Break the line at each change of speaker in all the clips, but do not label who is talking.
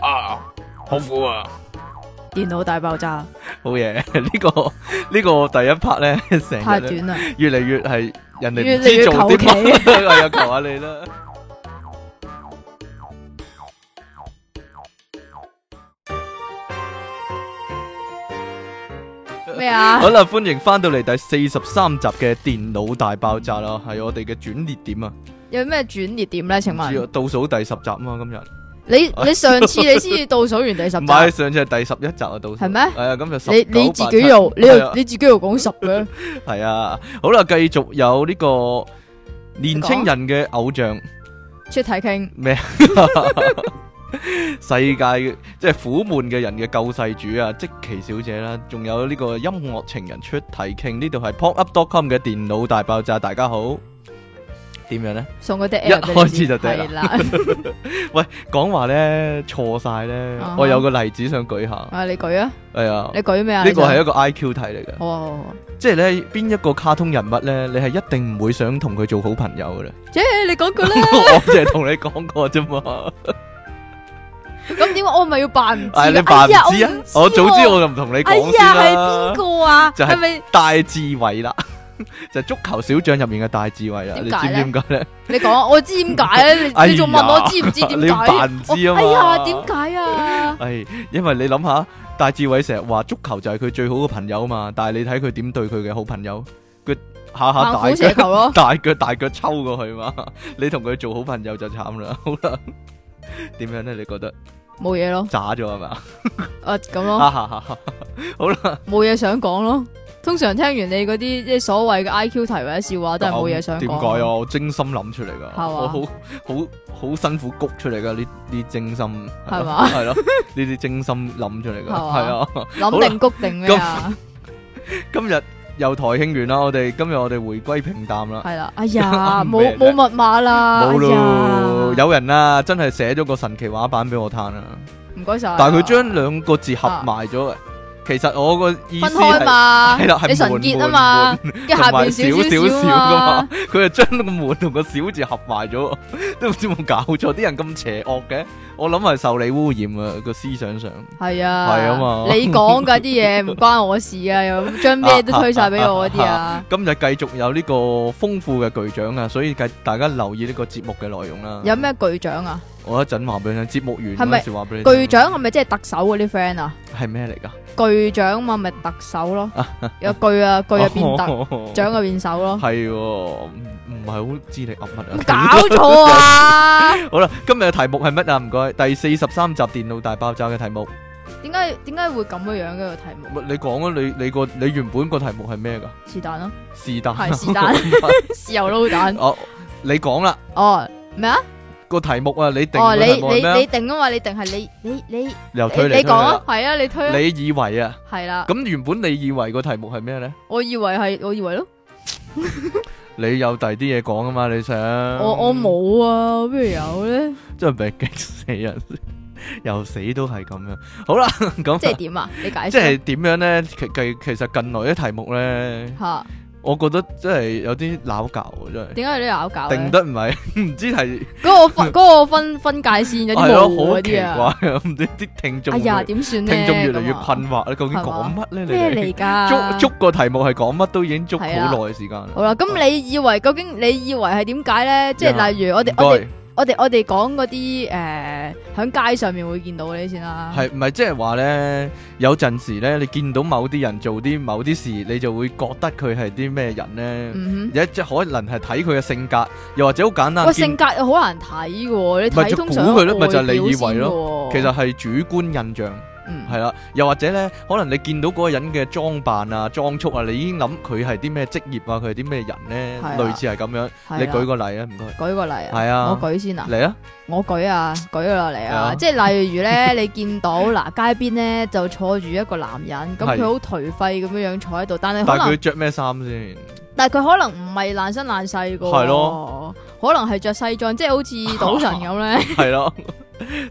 啊，好苦啊！
電腦大爆炸
好嘢， 呢、個呢、個第一 part 咧，成
太
日呢
短啦，
越嚟越係人哋
越
唔
嚟越
知做啲
求
乜，我又求下你 啦。
咩啊
好？啦，歡迎翻到嚟第四十三集嘅電腦大爆炸啦，係我哋嘅轉捩點啊！
有咩轉捩點咧？請
唔知啊
問
倒數第十集啊嘛，今日
你你上次 你先至倒數完第十
唔係
集，
上次係第十一集啊，倒數
係咩
係啊，今日十
你你自己又 你
係啊
又你自己又講十 嘅，
系啊，好啦，繼續有呢個年青人嘅偶像
出體傾
咩？世界即係苦悶嘅人嘅救世主啊，即奇小姐啦，仲有呢個音樂情人出題傾，呢度係 popup.com 嘅電腦大爆炸，大家好。點樣呢？
送嗰啲
一
app 俾你
開始就得啦
係啦。
講話呢，錯晒呢
啊哈
我有個例子想舉下，
啊，你舉啊，
係啊，
你舉咩啊？
呢個係一
一
個 IQ 題嚟嘅，
哦，
即係呢邊一個卡通人物呢，你係一定唔會想同佢做好朋友 嘅啦。
耶！你講句 啦，
我就係同你講過啫嘛，
咁點解我咪要扮 唔知
唉，
㗎？
你扮唔
哎
知啊？
呀
我早知
喎
我就唔同你
哎
講先
呀，係邊
啦。
個啊？
就係
係咪
大智慧啦， 就係足球小將入面嘅大智慧啦，你
點
知
解
唔知點解咧？
你講？我知點解 咧？
哎
你你仲問我知唔知點
你
解？
扮唔知啊嘛？
哎呀，點解啊？
係哎因為你諗下，大智慧成日話足球就係佢最好嘅朋友嘛，但係你睇佢點對佢嘅好朋友，佢下下
猛
大
虎射
腳，
球咯
大腳大腳抽過去嘛， 你同佢做好朋友就慘啦， 好啦，點樣咧？你覺得
冇嘢咯，
渣咗係嘛？
啊咁咯。
哈哈哈哈好啦。
冇嘢想講咯。通常聽完你嗰啲即係所謂嘅 I Q 題或者笑話，都係冇嘢想講。
點解啊？？我精心諗出嚟噶，
係嘛
我好好好辛苦谷出嚟噶，呢呢精心
係嘛
係咯，呢啲精心諗出嚟噶，
係嘛
係啊。好啦
諗定谷定咩啊？
今日又台慶完啦，我哋今日我哋回歸平淡啦，
係啦，哎 呀，
咩
冇冇密碼啦，
冇咯，
哎呀
有人啊，真係寫咗個神奇畫板俾我攤啊，
唔該晒。
但係佢將兩個字合埋咗啊。其實我個意思
分開
係
嘛，
係啦係
你純潔啊嘛，跟住下邊少
同埋少少少
少
㗎
啊
嘛
嘛，
佢就將個門同個小字合埋咗， 都唔知有冇搞錯，啲人咁邪惡嘅，我諗係受你污染啊個思想上，
係啊，
係啊嘛
你講嘅啲嘢唔關我事啊，又將 咩都推晒俾我嗰啲啊，
今日繼續有呢個豐富嘅巨獎啊，所以繼大家留意呢個節目嘅內容啦。
有咩巨獎啊？
我一陣話俾你聽，節目完
係
嗰
咪
陣時話俾你
巨
聽。
獎係咪即係特首嗰啲 friend 啊？
係咩嚟㗎？
巨獎嘛，咪特首咯，有巨啊，巨入變特，獎入變首咯。
係喎，唔唔係好知你噏乜啊？
搞 錯啊！
好啦，今日嘅題目係乜啊？唔該，第四十三集《電腦大爆炸》嘅題目。
點解點解會咁嘅樣嘅個題目？
你講啊，你你個你原本個題目係咩噶？
是 但咯，
是但啊，
係是但豉油撈蛋。
哦，你講啦
哦，咩啊？
個題目啊，你定
哦，
個
你
題目係
你
咩
你
啊？
定啊嘛？你定係你你你你
由推嚟
你
推去
講啊
啦？。
係啊，你推啊。
你以為啊？
係啦，
咁原本你以為個題目係咩咧？
我以為係，我以為咯，
你有第二啲嘢講啊嘛？你想
我我，冇啊，我邊度有 咧？
真係俾激死人， 又死都係咁樣。好啦，咁
即係點啊？你解釋
即係點樣咧？其其其實近來啲題目咧，
吓？
我覺得真係有啲拗教啊，真係
點解有啲拗搞
定
咧？
得唔係 唔知係。
嗰個分嗰個分分界線有
係
啲
咯，
模
好
嗰
奇
啲啊！
怪啊！唔知啲聽眾
哎呀，
會，
點算咧？
聽眾越嚟越
咁啊
困惑咧，究竟
係
講
嘛
乜
咩
咧？你哋
嚟
捉
㗎？
捉個題目係講乜都已經捉好
係啊
耐時間啦。
好啦，咁你以為究竟你以為係點解咧？即
呀
係例如我哋
唔
我哋
該
我哋我哋講嗰啲誒喺街上面會見到嗰啲先啦。
係唔係即係話咧？有陣時咧，你見到某啲人做啲某啲事，你就會覺得佢係啲咩人咧？
嗯
有一即係可能係睇佢嘅性格，又或者好簡
哼，
單
喂，
見
性格又好難睇嘅喎，你
咪
睇
就
通常
估佢咯
咯，
咪就係你以為
咯
其實係主觀印象。
嗯
係啊啦，又或者咧，可能你見到嗰個人嘅裝扮啊、裝束啊，你已經諗佢係啲咩職業啊，佢係啲咩人咧，
係啊
類似係咁樣。
係啊
你舉個例啊，唔該。
舉個例啊，
係啊
我舉先啊，
嚟啊，
我舉啊，舉落嚟
係啊
啊，即係例如咧， 你見到嗱街邊咧就坐住一個男人，咁
係
佢好頹廢咁樣樣坐喺度，但係可
但係佢
能
着咩衫先？
但係佢可能唔係爛身爛世嘅喎，
係咯，
可能係着西裝，即係好似賭神咁咧。
係咯，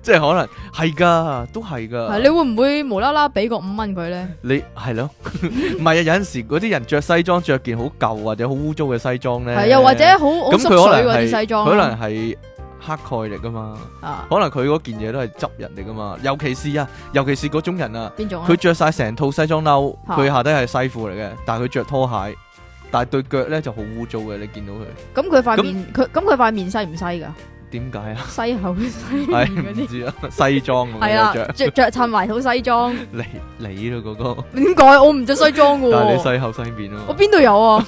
即係可能係噶，都係
系你
噶。
會唔會無啦啦俾個五蚊佢咧？
你係咯， 唔係啊？有陣時嗰啲人着西裝，着件好舊或者好污糟嘅西裝咧，
係又或者好好
咁佢可
濕水
能
嗰
係
啲西裝，
可能係黑蓋嚟噶嘛，
啊，
可能佢嗰件嘢都係執人嚟噶嘛，尤其是啊，尤其是嗰種人啊，
邊種啊
佢？着晒成套西裝褸，
嚇
佢下底係西褲嚟嘅，但係佢着拖鞋，但係對腳咧就好污糟嘅，你見到佢
咁佢塊
咁
面，佢咁佢塊面細唔細㗎？
點解啊？
西口西面
係
嗰
唔
啲。
知啊，西裝咁
係
樣
啦
着，，
着着襯埋套西裝，
你你咯嗰個，
點解我唔着西裝嘅
但係你
喎？
西口西面啊
我
嘛，
邊度有啊？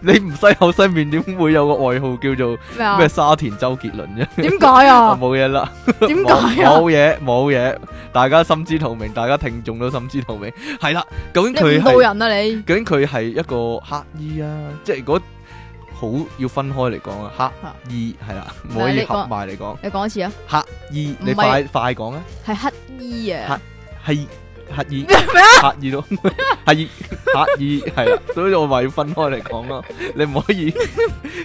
你唔西口西面點會有個外號叫做
咩啊
咩？沙田周杰倫啫？
點 解
我
啊？
冇嘢啦。
點解啊？
冇嘢冇嘢，大家心知肚明，大家聽眾都心知肚明。係啦，究竟
你
佢
誤導
係
人啊你！
究竟佢係一個乞衣啊，即係嗰好要分開嚟講啊，乞衣係啦，唔可以合埋嚟講
你講一次啊，
乞衣，
唔係
你快快講啊，
係乞衣啊，
係乞衣乞衣咯， 乞衣乞衣係啦，所以我話要分開嚟講咯，你唔可以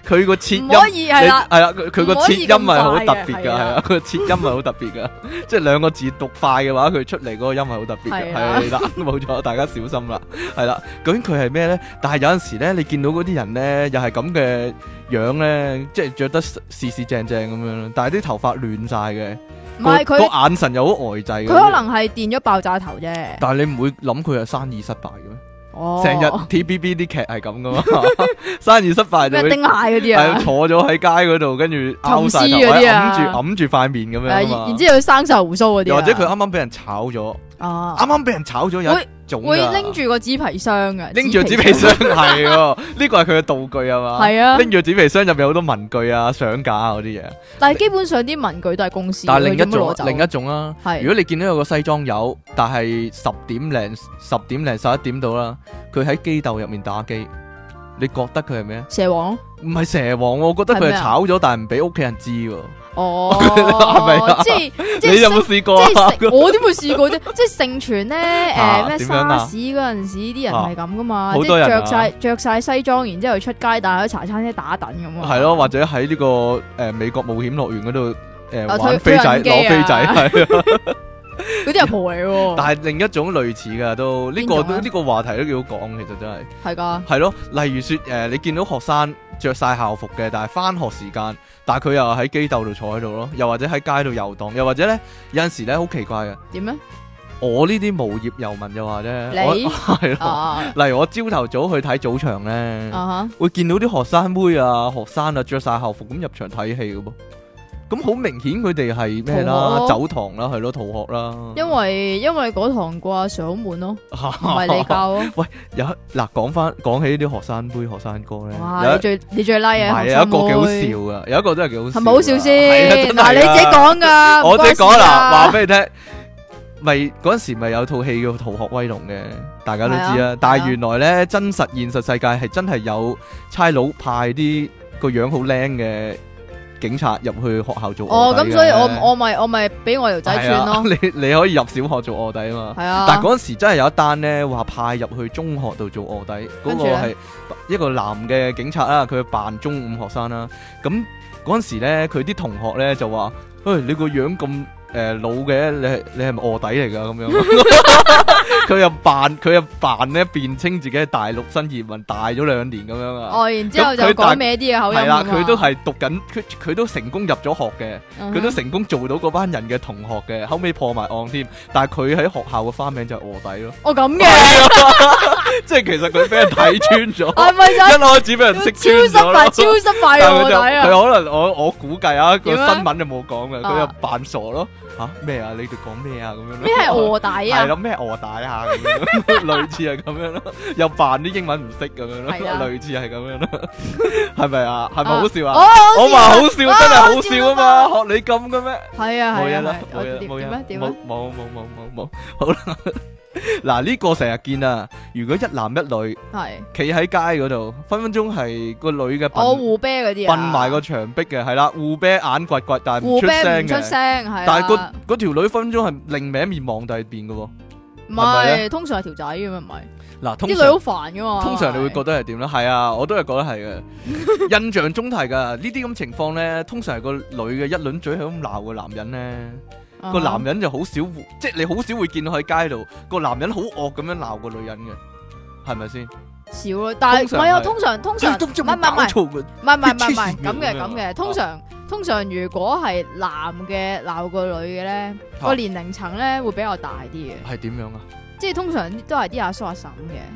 佢個切
唔
音。
可以係
你
啦，
係啦，佢佢個
唔可
切音
以
係好特
咁快嘅
別㗎，
係
係
啊
啊，佢個切音係好特別㗎， 即係兩個字讀快嘅話，佢出嚟嗰個音係好特別嘅，
係啊
係啦， 冇錯，大家小心啦，係啦，究竟佢係咩咧？但係有陣時咧，你見到嗰啲人咧，又係咁嘅樣咧，即係着得四四正正咁樣啦，但係啲頭髮亂晒嘅，
唔係
個
佢
個眼神又好呆滯嘅，
佢可能係電咗爆炸頭啫。
但係你唔會諗佢係生意失敗嘅咩？
哦，
成日 TVB 啲劇係咁㗎嘛， 生意失敗就
咩
會
丁蟹嗰啲
係啊
啊，
坐咗喺街嗰度，跟住拗晒頭，哎
沉思嗰啲啊
揞
哎
住揞住塊面咁
誒
樣啊
然
嘛
然。之後佢生晒胡鬚嗰啲
又
啊，
或者佢啱啱俾人炒咗，
啊
啱啱俾人炒咗有一
會
種
會
㗎
拎住個紙皮箱嘅，
拎住紙皮箱係喎，呢個係佢嘅道具啊嘛。
係啊
拎住紙皮箱入面好多文具啊、相架啊嗰啲嘢。
但係基本上啲文具都係公司嘅，
但係另一
佢做乜
種啊
攞走
另一種啦，
係
如果你見到有個西裝友，但係十點零十點零十一點到啦，佢喺機竇入面打機，你覺得佢係咩？
蛇王咯
唔係蛇王喎，我覺得
係
佢
咩
係
啊
炒咗，但係唔俾屋企人知喎。
哦，
係咪啊
即係即係
你有冇試過
即
啊
係盛我點會試過啫？ 即係盛傳咧，
啊
誒咩
點樣啊
沙士嗰陣時啲人係咁噶嘛，
啊好
即
多人
係
啊
着晒着晒西裝，然之後出街，但係喺茶餐廳打躉咁啊。
系咯，或者喺呢個诶美國冒險樂園嗰度诶
啊
玩飛仔
推推人機啊
攞飛 仔係啊，
嗰啲係婆嚟
但
喎，
係另一種類似噶都呢個
邊種
都
啊
呢個話題都幾好講，其實真係
係㗎，
係咯。例如说诶，你見到學生着晒校服嘅，但係翻學時間，但係佢又喺機竇度坐喺度咯，又或者喺街度遊蕩，又或者咧有阵时咧好奇怪嘅，
點咧？
我呢啲無業遊民又話咧，我
你
係咯，
啊
例如我朝頭早去睇早場咧。
啊
會見到啲學生妹啊、學生啊着晒校服咁入場睇戲嘅噃。咁好明顯佢哋係咩啦？
逃學咯
走堂啦，係咯，逃學啦
哈，。因為因為嗰堂個阿 Sir 好 悶咯，唔係你教咯。
有一嗱講翻講起呢啲學生妹、學生哥咧，
哇！
有
你
一
最你最 like
唔
啊，
係
學
有
生
一個幾好
妹
笑噶，有一個真係幾好笑㗎。
係咪好笑
係啊
先？
真
嗱，
係
你自己
啊
講㗎，
我自己
講
講啦，話俾你聽。咪嗰陣時咪有套戲叫《逃學威龍》嘅，大家都知
係
啦
啊。
但
係
係
啊
原來咧，真實現實世界係真係有差佬派啲個樣好靚嘅警察入去學校做
哦，
臥
咁
底
所以
嘅
我我咪我咪俾我條仔
係
串
啊，
咯
你 你可以入小學做臥底啊嘛。
係啊。
但係嗰陣時真係有一單咧，話派入去中學度做卧底，嗰、
跟
個
住呢
係一個男嘅警察啦，佢扮中五學生啦。咁嗰陣時咧，佢啲同學咧就話：，誒、你個樣咁誒、呃老嘅，你係你係咪卧底嚟㗎？咁 樣。佢又扮佢又扮咧，辯稱自己係大陸新移民，大咗兩年咁樣啊。
哦，然之後
咁佢
就
大
改咩啲嘅口音
係啦，
㗎嘛
佢都係讀緊，佢佢都成功入咗學嘅。
嗯哼
佢都成功做到嗰班人嘅同學嘅，後尾破埋案添。但係佢喺學校嘅花名就係卧底咯，
哦咁嘅，
即係其實佢俾人睇穿 咗，
係咪
一
就
開始俾人
係
識
超失敗、
穿
超
咗咯。
失
但
敗
係
嘅
佢
卧
就佢可
底啊！
能我我估計啊，個
點啊
新聞就冇講嘅，佢
啊
又扮傻咯嚇咩啊？你哋講咩啊？咁樣咯
咩係卧底
係
啊？
咯，咩卧底啊？咁樣 類似係咁樣咯，又扮啲英文唔識咁樣咯，
係啊
類似係咁樣咯， 係咪啊？係咪好笑啊？
哦，
我話好笑真係
啊
好笑啊嘛，學你咁嘅咩？
係
冇
啊係
嘢
啊
啦，
係
冇嘢啦，冇嘢
啊，點
啦
咧，點咧？
冇冇冇冇 冇，好啦。嗱呢個成日見啊，如果一男一女
係
企喺街嗰度，分分鐘係個女嘅
我
笨
胡啤嗰啲啊，
笨埋個牆壁嘅，係啦，互啤眼掘掘，但係唔
胡
出
啤唔
聲
出
嘅。
聲係
但係
係
個嗰條女分分鐘係另歪面望第二邊嘅喎。係
唔
咪呢
係通常係條仔嘅嘛，唔係
嗱，
啲
通
女
常
好煩嘅嘛。
通常你會覺得係點咧？係啊，我都係覺得 係嘅。印象中係㗎，呢啲咁情況咧，通常係個女嘅一輪嘴係咁鬧個男人咧。
啊
個男人就好少會，即係你好少會見到喺街度個男人好惡咁樣鬧個女人嘅，係咪先？
少咯，但係唔
通常
係啊？
係
通常通常唔係唔係唔係。唔係唔係唔係唔係咁嘅咁嘅，通常通常如果係男嘅鬧個女嘅咧，
嚇
個年齡層咧會比較大啲嘅，
啊
即係通常都係啲阿叔阿嬸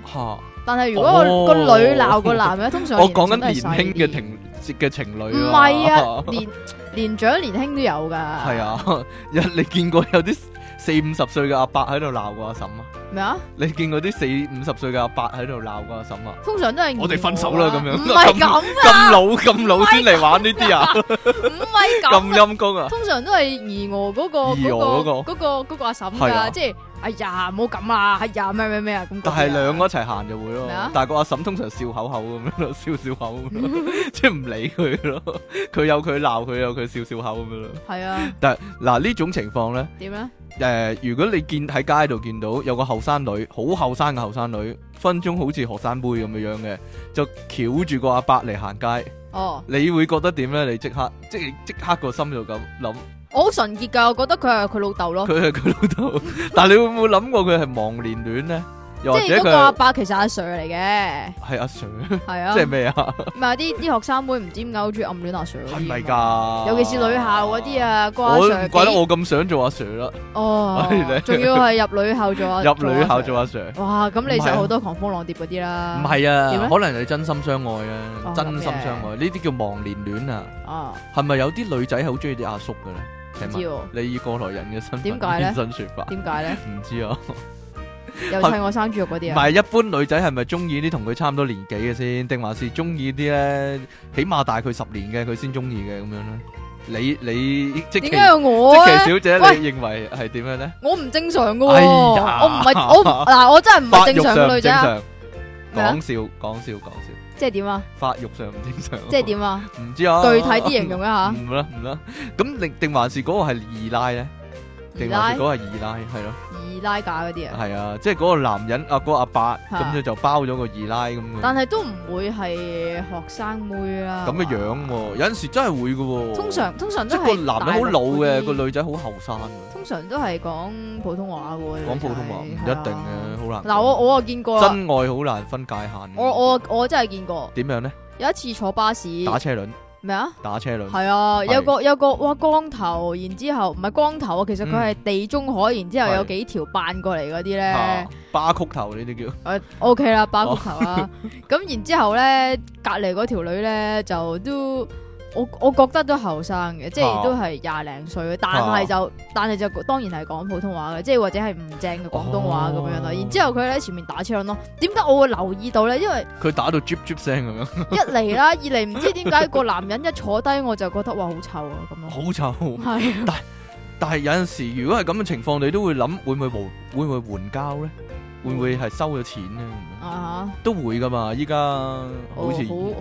嘅。但係如果個
哦
個女鬧個男嘅，通常個年齡層都係細啲唔係
à.
啊，年年長年輕都有㗎。係，
啊啊
咩啊？通常都係
我哋
二
分手
我
啦
啊
咁樣
唔係咁啊，
啊
唔係 咁啊。通常都係兒娥嗰個
兒娥嗰
嗰
個
個嗰個嗰個阿嬸
係啊
㗎，即係哎呀唔好咁啊，哎呀咩咩咩啊咁嗰啲啊。咩啊？ 係啊，點咧？
誒、如果你見喺街度見到有個後生女，好後生嘅後生女，分鐘好似學生妹咁樣樣嘅，就翹住個阿伯嚟行街，
哦，
你會覺得點呢？你即刻即即刻個心就咁 諗，
我好純潔㗎，我覺得佢係佢老豆咯，
佢係佢老豆，但你會唔會諗過佢係忘年戀呢？又
即
或者
係嗰個阿
佢
伯其實阿 Sir 嚟嘅，
係阿 Sir，
係啊
即，係咩啊？
唔係啲啲學生妹唔知點解好中意暗戀阿 Sir 嗰啲
係咪
啊嘛？
㗎？
尤其是女校嗰啲，啊，個阿
我
Sir
唔怪得
幾
我咁想做阿 Sir 啦， 係咧
哦，仲要係入女校做 啊，
入女校做
啊，
阿 Sir，
哇！咁你
唔係啊
就好多狂風浪蝶嗰啲啦，
唔係啊
點，呢
可能你真心相愛啊
哦，
真心
咁
相
嘅
愛，呢啲叫忘年戀啊。
啊？
係咪有啲女仔好中意啲阿叔嘅咧？請
唔知
問
喎，
你以過來人嘅身份
點解呢
現身說法，
點解咧？
唔知啊。
又
係
砌我生豬肉嗰
唔
啲啊？
係一般女仔係咪中意啲同佢差唔多年紀嘅先，定還是中意啲咧起碼大佢十年嘅佢先中意嘅咁樣咧？你你即其
點
即
解要我
其
咧？
小姐，
喂
你認為係點樣咧？
我唔正常噶喎，
哎呀
我唔 係我唔嗱，我真係唔
發
係
育
正常
上
嘅
唔正
女仔啊！
常，
咩啊
講笑講笑講笑，
即係點啊？
發育上唔正常，
即係？點啊？
唔知哦啊，
具體啲形容一下。
唔啦唔啦，咁定定還是嗰個係二奶咧？定
二
還
奶
是嗰個係二奶係咯？
二奶架嗰啲啊，
係嗯啊，即係嗰個男人啊，嗰個阿伯咁就就包咗個二奶咁嘅，
但係都唔會係學生妹啦。
咁嘅
係嘛
樣喎，有陣時真係會嘅喎。
通常通常
即
都
係
係
個男人好老嘅，
大陸嗰
個
啲
女仔好後生嘅，
通常都係講普通話嘅喎。
講普通話唔
女
一
仔
定。嘅，好難講。
係啊嗱，我我啊見過啊，
真愛好難分界限。
我我我真係見過，
點樣咧？
有一次坐巴士
打車輪，
咩啊？
打車輪，
係啊，
係
有個有個哇光頭，然之後唔係光頭啊，其實佢係地中海，然之後
嗯
有
係
幾條扮過嚟嗰啲咧
啊，巴曲頭呢啲叫
誒 OK
哦
啦，包骨 頭啦。咁然之後咧，隔離嗰條女咧就都我我覺得都後生嘅，即係
啊
都係廿零歲嘅，但係就但係就當然係講普通話嘅，即係或者係唔正嘅廣東話咁樣
哦
咯。然之後佢喺前面打車輪咯，點解我會留意到咧？因為
佢打到 j 啜聲咁樣，
一嚟啦，二嚟唔知點解個男人一坐低我就覺得哇好臭啊咁 咯，
好臭。
係啊
但係有陣時，如果係咁嘅情況，你都會諗會唔會無會唔會援交咧？會唔會係收咗錢咧？咁樣
啊
都會噶嘛，依家好似
哦好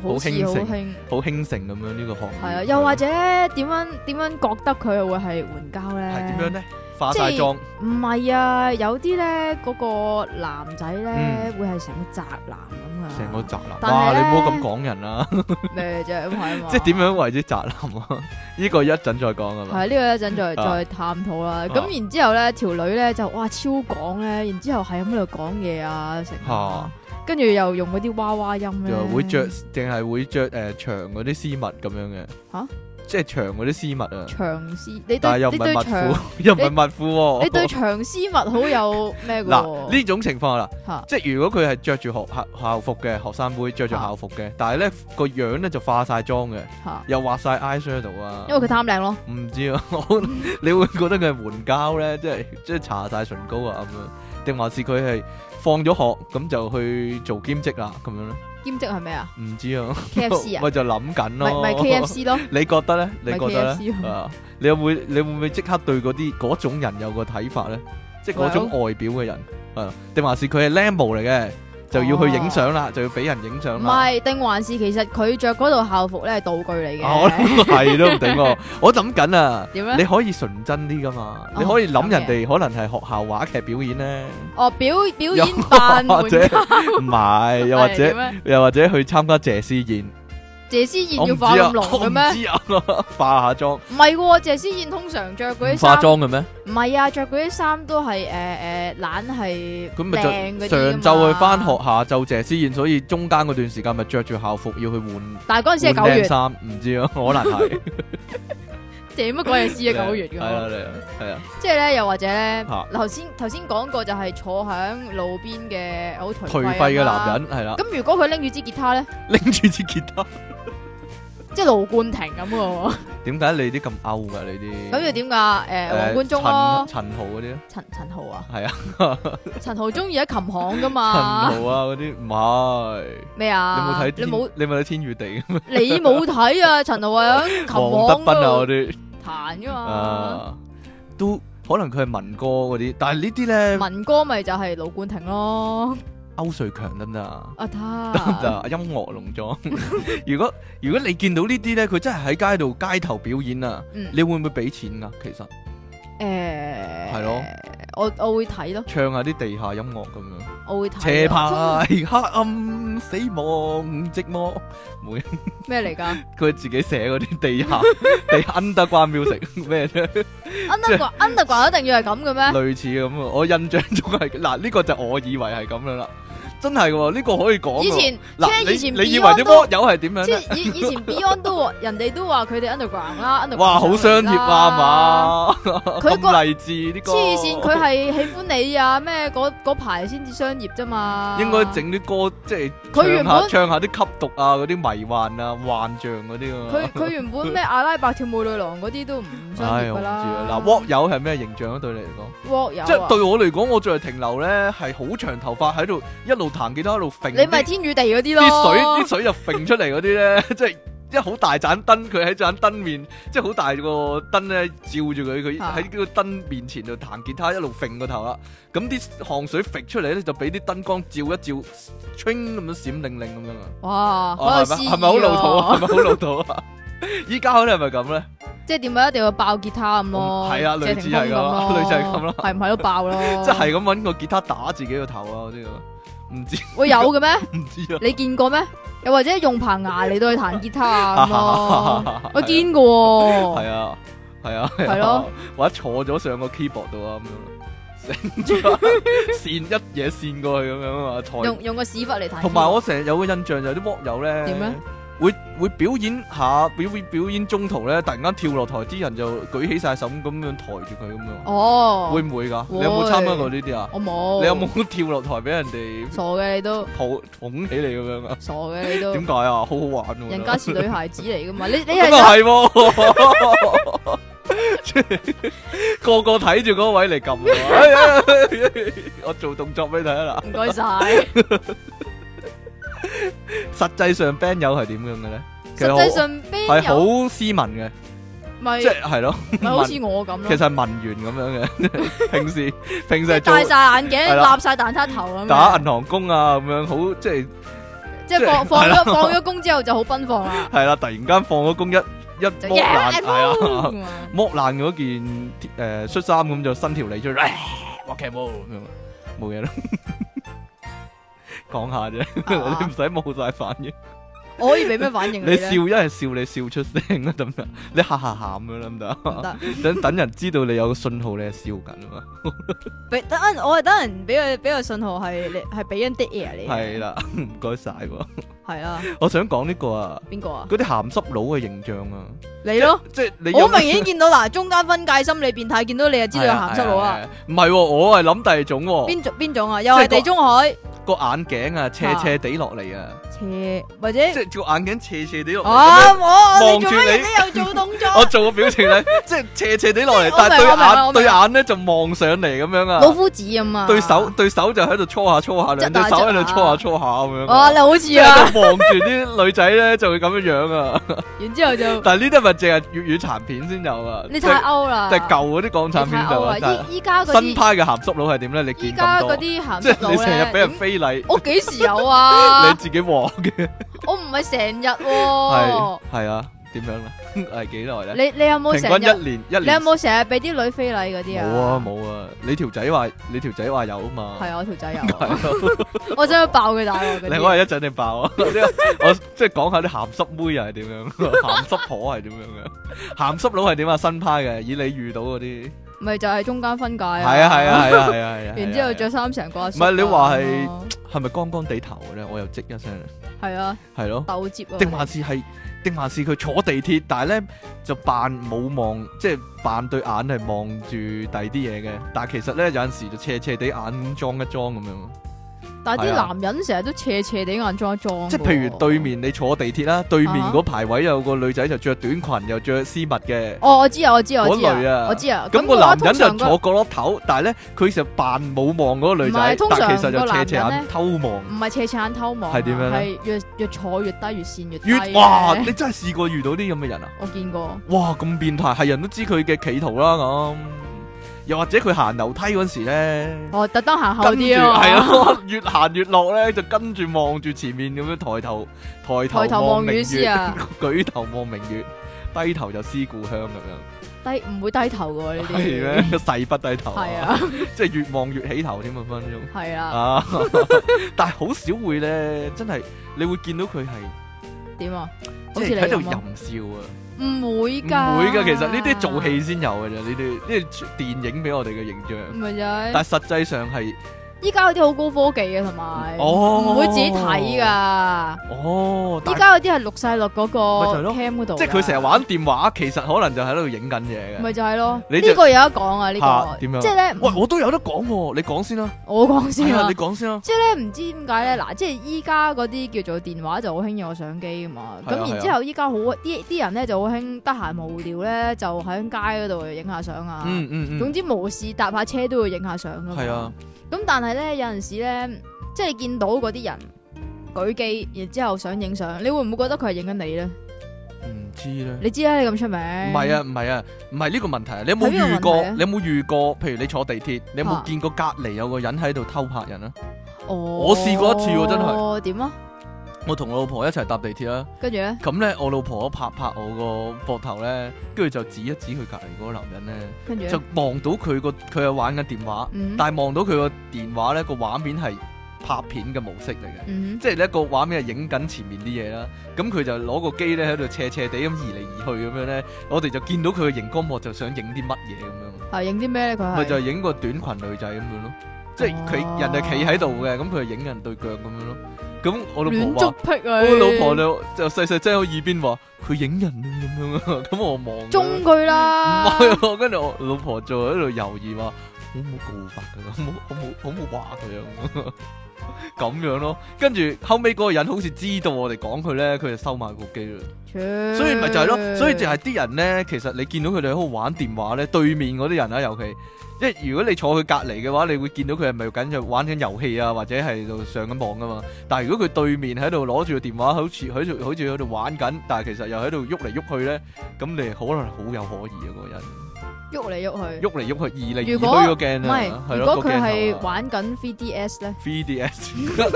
好
好似
興
好
盛，
興。
好興盛咁樣呢個行業。
係啊，又或者點樣點樣覺得佢會係援交咧？
係點樣咧？化
即
晒
係
妝，
唔係啊，有啲咧嗰個男仔咧
嗯
會係成個宅男咁啊，
成個宅男。
但
哇！
係
你
呢
唔好咁講人啦，
咩啫咁係嘛？
即係點啊樣為之宅男啊？呢個一陣再講啊
係
嘛。
呢個一陣再
啊
再探討啦。咁然之後咧，條女咧就哇超講咧，然之後係咁喺度講嘢啊，成啊
嚇，
跟住又用嗰啲娃娃音咧，
就會着，淨係會着誒長嗰啲絲襪咁樣嘅。
吓？
即係長嗰啲絲襪啊，
長絲，你
但係
對
又唔
你
係
對
襪褲
長，
又唔係襪褲喎。
你對長絲襪好有咩㗎
嗱
喎？
呢種情況啦啊
嚇，
即係如果佢係着住學校校服嘅學生妹，着住
嚇
校服嘅，但係咧個樣咧就化晒妝嘅，
嚇，
又畫晒 eye shadow 啊。
因為佢貪靚咯，
唔知啊， 我你會覺得佢係援交咧，即係即係搽晒唇膏啊咁樣，定還是佢係放咗學咁就去做兼職啦咁樣咧？
兼職係 咩啊
唔知啊，
？K F C 啊，
咪就諗緊
咪
咯。
咪 K F C 啊咯。
你覺得咧？你
咪
覺得
KFC
咧？
咯
啊，你有會你會唔會即刻對嗰啲嗰種人有個睇法咧？即係嗰種外表嘅人，啊，定還是佢係 Lambo 嚟嘅，就要去影相啦，就要俾人影相
唔
啦。
係，定還是其實佢着嗰套校服咧係道 具嚟
啊我
嘅？
諗係都唔定 喎，我諗緊啊。
點
你
咧？
可以純真啲噶嘛？
哦
你可以諗
咁
人
嘅
哋可能係學校話劇表 演咧，
哦，表表
又
演 扮
或者
換 啊
唔係，又或者又或者去參加謝師宴，
謝思燕
我
要
唔
化
知啊
咁濃嘅
我唔
咩？
知啊，化下妝
唔係喎，謝思燕通常着嗰啲
唔化
衫，
妝嘅咩？
唔係啊，着嗰啲衫都呃係诶诶，懶係
咁
靚
咪就
嗰啲啊
上
㗎嘛
晝去翻學，下晝謝思燕，所以中間嗰段時間咪着住校服要去換
但係嗰阵
換
时系九
靚
月，
衫，唔知 啊，可能係
點乜啊嗰阵时系九月
係
㗎
啊
嘛？
係啊係啊，
即係咧，又或者咧
嚇，
頭先头先讲过就係坐喺路邊嘅好
頹
頹
廢
廢
嘅
啊嘛
男。人係啦，
咁如果佢拎住支吉他咧，
拎住支吉他，
即係盧冠廷咁嘅 喎，
點解你啲咁歐㗎？你啲
咁要點㗎？诶，
誒
黃冠
陳
中咯，
陳豪嗰啲咧
陳陳豪啊，
係啊，
陳豪中意喺琴 行㗎
陳
嘛？
豪啊嗰啲唔係，
咩
你
啊？
冇睇
你
天
冇
你咪睇天與地
你冇睇啊？陳豪喺琴行
黃德斌啊嗰
嗰度
啲
彈㗎嘛？
啊，都可能佢係民歌嗰啲，但係呢啲咧
民歌咪就係盧冠廷咯，
歐瑞強得唔得啊？
啊
得唔得
他
啊？ 音樂農莊， 如果如果你見到呢啲咧，佢真係喺街度街頭表演啊，
嗯
你會唔會俾錢噶？其實
诶
係咯，
我我會睇咯，
唱下啲地下音樂咁樣，
我會睇咯。
斜
通
派、黑暗、死亡、寂寞，每
咩嚟 㗎
佢自己寫嗰啲地 下地下 underground music 咩啫，
？Underground Underground 一定要係咁嘅咩？
類似咁啊！我印象中係嗱，呢個就我以為係咁樣啦，真係嘅喎，呢個可以講㗎喎。
以前即
嗱，
係以前
你你以為啲
Beyond 都
w 友係點樣
即
咧？
係以以前 Beyond 都話人哋都話佢哋 underground 啦，underground
哇，好
上
相
嚟
貼
啦
啊嘛！
佢個
咁勵志啲歌，
黐線，佢係喜歡你啊咩嗰嗰排先至商業啫嘛。
應該整啲歌，即係
佢原
唱下
本
唱下啲吸毒啊，嗰啲迷幻啊、幻象嗰啲啊。
佢佢原 本咩阿拉伯跳舞女郎嗰啲都唔商
唉，我
業噶
唔知
啦
啊。。嗱，Walk 友係咩形象啊？對你嚟講，
walk 有
即係
啊，
對我嚟講，我仲係停留咧，係好長頭髮喺度一路彈吉他一路揈啲。
你咪天與地嗰啲咯。
啲水啲水就揈出嚟嗰啲咧， 即係。即係好大盞燈，佢喺盞燈面，即係好大個燈咧照住佢，佢
啊
喺個燈面前度彈吉他，一路揈個頭啦。咁啲汗水揈出嚟咧，就俾啲燈光照一照，清咁樣閃靈靈咁樣啊！
哇，好
哦
有
係
詩
咪
意
係咪好老 土啊？
喎
係咪好老土啊？依家可能係咪咁咧？
即係點解一定要爆吉他咁咯？
嗯係啊
謝
類似
霆
係
鋒
咁
咯
類似係咁咯
係唔係都爆咯？
即係咁揾個吉他打自己個頭啊！嗰啲啊，唔知
會有嘅咩？
唔知啊。
你見過咩？又或者用棚牙嚟到去彈吉他啊咁咯？
係啊
我堅嘅喎。
係啊，係啊，
係咯，
或者坐咗上個 keyboard 度啊 咁樣咯，扇一嘢扇過去咁樣啊，台
用用個屎忽嚟彈。
同埋我成日有個印象就係啲 walk 友咧，
點咧？
會會表演下表演表演中途咧，突然間跳落台，啲人就舉起晒手咁樣抬住佢咁樣，
哦，
會唔會㗎？
會
你有冇參加過呢啲啊？
我冇。
你有冇跳落台俾人哋
傻嘅？你都
抱捧起你咁樣啊？
傻嘅，你都
點解啊？好好玩喎！
人家是女孩子嚟噶嘛？你你係
咁
想
啊係喎，個個睇住嗰位嚟撳喎哎呀我做動作俾你睇下啦。
唔該晒。
實際上 band 友係點樣嘅咧？其
實
實好
際上邊
係
有
好斯文嘅，
咪
即係係咯，
咪好
文
似我咁咯？
其實係文員咁樣嘅。平時平時係
即係戴
做
晒眼
係啦
鏡，立晒蛋撻頭咁樣。
打銀行工啊，咁樣好即係
即係放放咗放咗工之後就好奔放啦，
係啦。突然間放咗工一一
就
剝
yeah
爛係啦。
咁啊
剝爛嗰件誒恤衫咁就伸條脷出嚟，我劇冇咁樣，冇嘢啦。講下啫，
啊
你唔使冇晒反應。
我可以俾咩反應
你
咧
笑一係笑你笑出聲啊，得唔得？你哈哈喊咁樣得唔得？
唔得，
等等人知道你有個信號，你係笑緊啊嘛。
俾等陣我係等人俾佢俾個信號係你係俾緊 dead air 你。
係，啦， 唔該晒喎。
係啦，
我想講呢個啊，
邊個啊？
嗰啲鹹濕佬嘅形象啊，
你咯。
即係你
我
有
好明顯見到嗱，中間分界心理變態，見到你就知道有鹹濕佬
係
啦。
啊。係啊係啊唔係喎，我係諗第二種喎，
邊種邊種啊？又係地中海
個眼鏡啊斜斜地落嚟啊，
斜或者
即係個眼鏡斜斜地落嚟咁樣
啊！我
望
你
住
做
你
乜嘢？你又做動
我
作？
做個表情 咧，即係斜斜地落嚟，
我
但係對
明我明我
眼
明
對眼咧就望上嚟咁樣
老
啊，
夫子咁啊！
對手對手就喺度搓下搓下，兩隻手喺度搓下搓下咁樣
哦，
啊。
你好似
即係
啊！
喺度望住啲女仔咧，就會咁樣樣 啊！
然之後就
但係呢啲咪淨係粵語殘片先有啊？
你太歐啦，
即係舊嗰啲港產
你
片
太
就
歐
啊但
啦！依依家嗰
係新
啲
派嘅鹹濕佬係點咧？你
依
見咁
家嗰
多，
啲鹹
即
濕佬
係你成日俾人
咧，
非禮，
我幾時有啊
你？自己黃嘅
我唔係成日
係
喎，
係啊，點樣咧？ 係幾耐咧？
哦你你有冇
平
成
均
日？
一年一
你有
年
冇成日俾啲女非禮嗰啲啊？
冇啊冇啊！你條仔話你條仔話有啊嘛
係，啊，我條仔有啊，
係啊
我想去爆佢大鑊嗰
你
啲。
我係一陣你爆啊！ 呢個我即係講下啲鹹濕妹又係點 樣，鹹濕婆係點樣嘅，鹹濕佬係點啊？新派嘅，以你遇到嗰啲，
咪就係中間分界
係
啊。
啊係啊係 啊係啊係啊！
然之後着衫成個阿叔
唔係你話係
咁咯
係咪光光地頭嘅咧？我又即一聲啦，
係啊，
係咯，
鬥接啊。
定還是係定還是佢坐地鐵，但係咧就扮冇望，即係扮對眼係望住第二啲嘢嘅，但係其實咧有陣時就斜斜地眼咁裝一裝咁樣。
但係
係啊
啲男人成日都斜斜地眼裝一裝。
即係譬如對。面你坐地鐵啦，對面
哦啊哈
嗰排位有個女仔就着短裙又着絲襪嘅，
哦，我知啊，我知啊，我知
嗰類啊
啊，我知啊。
咁
個
個男人就
通常個
坐角落頭，但係咧佢就扮冇望嗰個女
唔
仔
係，通常
但其實就
個男
斜斜
人
眼
呢嗯
偷望，
唔係斜斜眼偷望啊，
係點樣呢
係越越坐越低，越線越低
越
嘅
哇！
啊
你真係試過遇到啲咁嘅人啊！
我見過，
哇，咁變態，係人都知佢嘅企圖啦咁，又或者佢行樓梯嗰時咧。
我哦特登行後
跟住
啲啊，
係，咯， 越行越落咧，就跟住望住前面咁樣抬頭抬頭
抬頭
望
望
明
雨
月
絲，啊，
舉頭望明月，低頭就思故鄉咁
低唔會低頭嘅喎呢
樣，
啲，
係咩？誓不低頭，
係，啊，
即係越望越起頭添啊，分分鐘
係 啊，
啊！但係好少會咧，真係你會見到佢係
點啊？好
即
似
係
你
喺度
咁啊
淫笑啊！
唔會
唔
㗎，
會㗎，其實呢啲做戲先有嘅啫，呢啲呢啲電影俾我哋嘅形象，
咪就係
但係實際上係。
依家嗰啲好高科技嘅，同埋
哦
唔會自己睇㗎。
哦，但
依家嗰啲係錄晒落嗰個
咪就係咯
cam 嗰度㗎，
即係佢成日玩電話，其實可能就喺度影緊嘢嘅。
咪就係咯。
你就
呢個有得講啊，呢
嚇
個
點樣
即係咧，
喂，我都有得講喎，你講先啦。
我講先
係啊
啊
你。講先啦。
即系咧，唔知點解咧，嗱，即係依家嗰啲叫做電話就好興用相機噶嘛，
係
咁
啊係啊
然之後依家好啲啲人咧就好興得閒無聊咧就喺街嗰度影下相啊，
嗯嗯嗯
總，之無事搭下車都會影下相噶嘛。
係啊，
咁但係咧有陣時咧，即係你見到嗰啲人舉機，然之後想影相，你會唔會覺得佢係影緊你咧？
唔知咧。
你知啦，你咁出名，
唔
唔
係啊，，唔係啊，唔係呢個問題啊。你有冇
係邊個
遇過？
問題啊
你有冇遇過？譬如你坐地鐵，你有冇
啊
見過隔離有個人喺度偷拍人啊？
哦，
我試過一次喎真係
哦，點啊？
我同我老婆一齊搭地鐵啦，
跟住咧，
咁咧我老婆拍拍我個膊頭咧，跟住就指一指佢隔離嗰個男人咧，
跟住呢
就望到佢個佢係玩緊電話，
嗯
但係望到佢個電話咧個畫面係拍片嘅模式嚟嘅。
嗯
即係呢個畫面係影緊前面啲嘢啦，咁佢就攞個機咧喺度斜斜地咁移嚟移去咁樣咧，我哋就見到佢嘅熒光幕就想影啲乜嘢咁樣，
係影啲啊咩咧？佢係
咪就係影個短裙女仔咁樣咯，即係佢
哦
人哋企喺度嘅，咁佢係影人對腳咁樣咯，咁我老
亂
婆
捉
話，
癖啊！
我老婆
你
就就細細聲喺我耳邊話佢影人啊咁樣啊，咁我望佢
中佢啦，
唔 係，啊跟住我老婆就喺度猶豫話：好唔好告發佢啊？好唔好好唔好好唔好話 佢啊？咁樣咯，跟住後尾嗰個人好似知道我哋講佢咧，佢就收埋部機啦。所以咪就係咯，所以就係啲人咧，其實你見到佢哋喺度玩電話咧，對面嗰啲人啦，尤其即係如果你坐佢隔離嘅話，你會見到佢係咪緊就玩緊遊戲啊，或者係度上緊網噶嘛。但係如果佢對面喺度攞住個電話，好似喺度好似喺度玩緊，但係其實又喺度喐嚟喐去咧，咁你可能好有可疑啊嗰個人。
喐嚟喐去。
喐嚟喐去，移嚟移去
如果
個鏡
唔係
啊，，係
如
咯
果
個
佢
鏡
係
頭啊。
玩緊 3DS 咧，
3DS，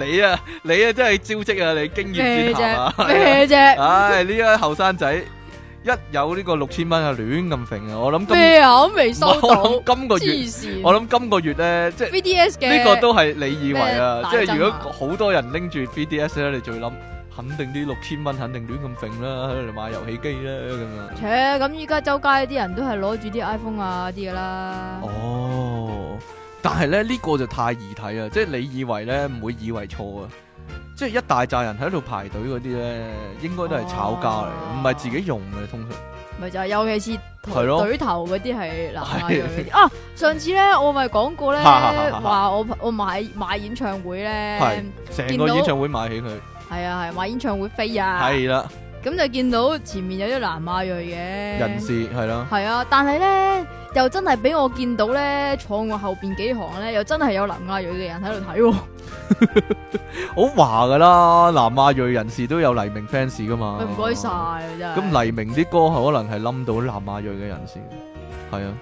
你啊，你啊，真係招積啊，你經驗之
咩
談啊！
啫咩啫
唉，呢家後生仔一有呢個六千蚊啊，亂 咁揈啊！我諗今
咩啊？我都未收到，
我諗今個月，
黐線！
我諗今個月咧，即係
3DS 嘅
呢個都係你以為啊
咩，大
即係如
針
果
啊
好多人拎住 3DS 咧，你最諗肯定啲六千蚊肯定亂咁揈啦，喺度買遊戲機啦咁樣。
切咁依家周街啲人都係攞住啲 iPhone 啊啲噶啦，
哦，但系咧呢、個就太易睇啊啦，即係你以為咧唔會以為錯啊，即係一大扎人喺度排隊嗰啲咧，應該都係炒家嚟嘅，
哦
唔係、自己用嘅通常。
咪就係尤其是
係咯
隊頭嗰啲係南亞裔嗰
係
啲啊！上次咧我咪講過咧，
哈哈哈哈
話我我買買演唱會
係
咧，
成
見
個
到
演唱會買起佢，
係啊係買演唱會飛啊，
係啦，
咁就見到前面有啲南亞裔嘅
人士係啦，
系啊，但系咧又真系俾我見到咧，坐我後边幾行咧，又真係有南亞裔嘅人喺度睇喎，
哦好華噶啦，南亞裔人士都有黎明 fans 噶嘛
佢，唔該晒。啊真係。
咁黎明啲歌可能係冧到南亞裔嘅人士，係啊，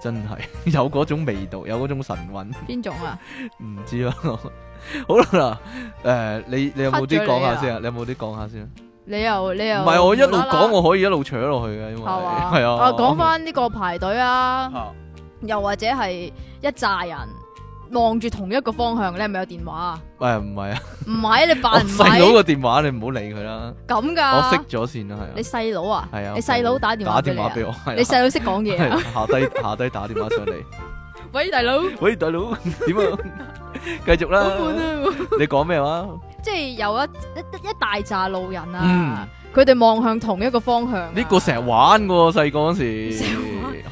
真係 有嗰種味道，有嗰種神韻。
邊種啊？
唔 知啊，好啦，嗱，诶，你你有冇啲
黑咗你
講下
啊
先啊？你有冇啲講下先啊？
你又你又
唔係我一路
無啦啦
講，我可以一路扯落去嘅，因為
係嘛哦
係啊。
講翻呢個排隊啊，
啊
又或者係一扎人望住同一個方向，你係咪有電話啊？
誒唔係啊，
唔係你
我
扮唔
細佬
係
個電話你唔好理佢啦，
咁
我
㗎。
熄咗線啦，係啊
你。細佬啊？
係啊，
你細佬打電話
打
俾
電
你
話
啊？
俾我，係啊
你細佬識講嘢啊？
係下 低下低打電話上嚟，
喂，大佬，
喂大佬 點啊？ 繼續
好悶
啦，
啊！
你講咩話？
即係有一一一大扎路人
嗯
啊，佢哋望向同一個方向啊。
呢個成日玩嘅喎，細個嗰時
成